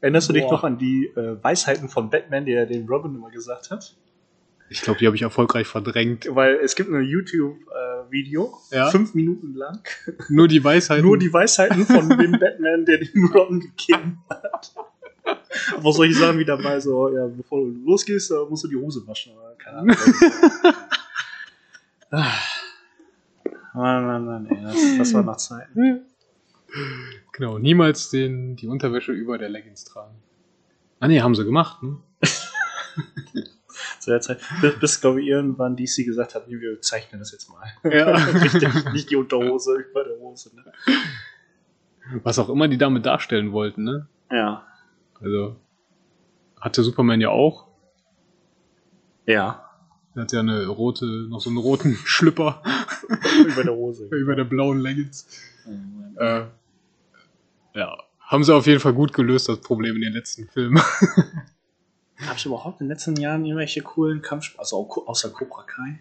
B: Erinnerst du dich
C: Boah.
B: noch an die äh, Weisheiten von Batman, die er dem Robin immer gesagt hat?
C: Ich glaube, die habe ich erfolgreich verdrängt.
B: Weil es gibt ein YouTube-Video,
C: Ja.
B: fünf Minuten lang,
C: Nur die Weisheit.
B: nur die Weisheiten von dem Batman, der den Robin gekillt hat. Aber solche Sachen wie dabei, so, ja, bevor du losgehst, da musst du die Hose waschen. Oder? Keine Ahnung. Ah. Mann, Mann, Mann, ey, das, das war nach Zeiten.
C: Genau, niemals den, die Unterwäsche über der Leggings tragen. Ah nee, haben sie gemacht, ne?
B: Zu der Zeit, bis, bis glaube ich, irgendwann DC gesagt hat, nee, wir zeichnen das jetzt mal.
C: Ja.
B: Richtig, nicht die Unterhose über der Hose. Ne?
C: Was auch immer die damit darstellen wollten, ne?
B: Ja.
C: Also, hatte Superman ja auch.
B: Ja.
C: Er hat ja eine rote, noch so einen roten Schlüpper
B: Über der Hose. Oh,
C: über der blauen Leggings. Äh, ja, haben sie auf jeden Fall gut gelöst, das Problem in den letzten Filmen.
B: Gab es überhaupt in den letzten Jahren irgendwelche coolen Kampfsport, also au- außer Cobra Kai?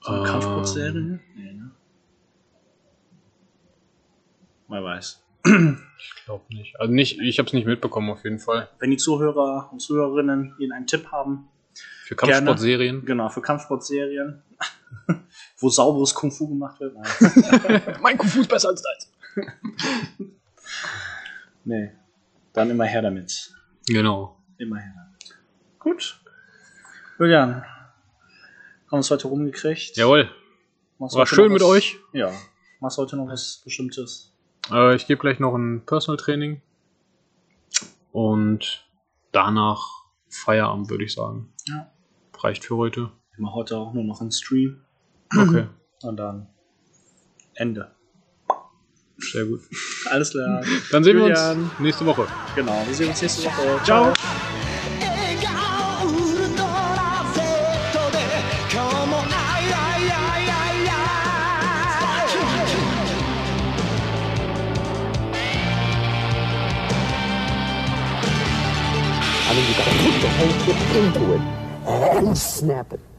B: So eine
C: Ähm.
B: Kampfsportserie? Nee, ne? Man weiß.
C: Ich glaube nicht. Also nicht, ich habe es nicht mitbekommen auf jeden Fall.
B: Wenn die Zuhörer und Zuhörerinnen hier einen Tipp haben,
C: Für
B: Gerne.
C: Kampfsportserien.
B: genau, für Kampfsportserien, wo sauberes Kung Fu gemacht wird. Nein.
C: mein Kung Fu ist besser als deins.
B: Nee. Dann immer her damit.
C: Genau.
B: Immer her damit. Gut. Julian, haben uns heute rumgekriegt.
C: Jawohl.
B: Machst
C: War
B: heute
C: schön
B: noch
C: mit
B: was-
C: euch.
B: Ja. Machst heute noch was Bestimmtes?
C: Äh, ich gebe gleich noch ein Personal Training. Und danach Feierabend, würde ich sagen.
B: Ja.
C: Reicht für heute.
B: Wir machen heute auch nur noch einen Stream
C: Okay,
B: und dann Ende.
C: sehr gut.
B: Alles klar.
C: Dann sehen wir uns
B: Julian.
C: nächste Woche.
B: genau. Wir sehen uns nächste Woche.
C: Ciao.
B: Ciao.
D: 笑顔のラゼットで今日もあいあいあいあいあい
A: I mean, you gotta put the whole foot into it and snap it.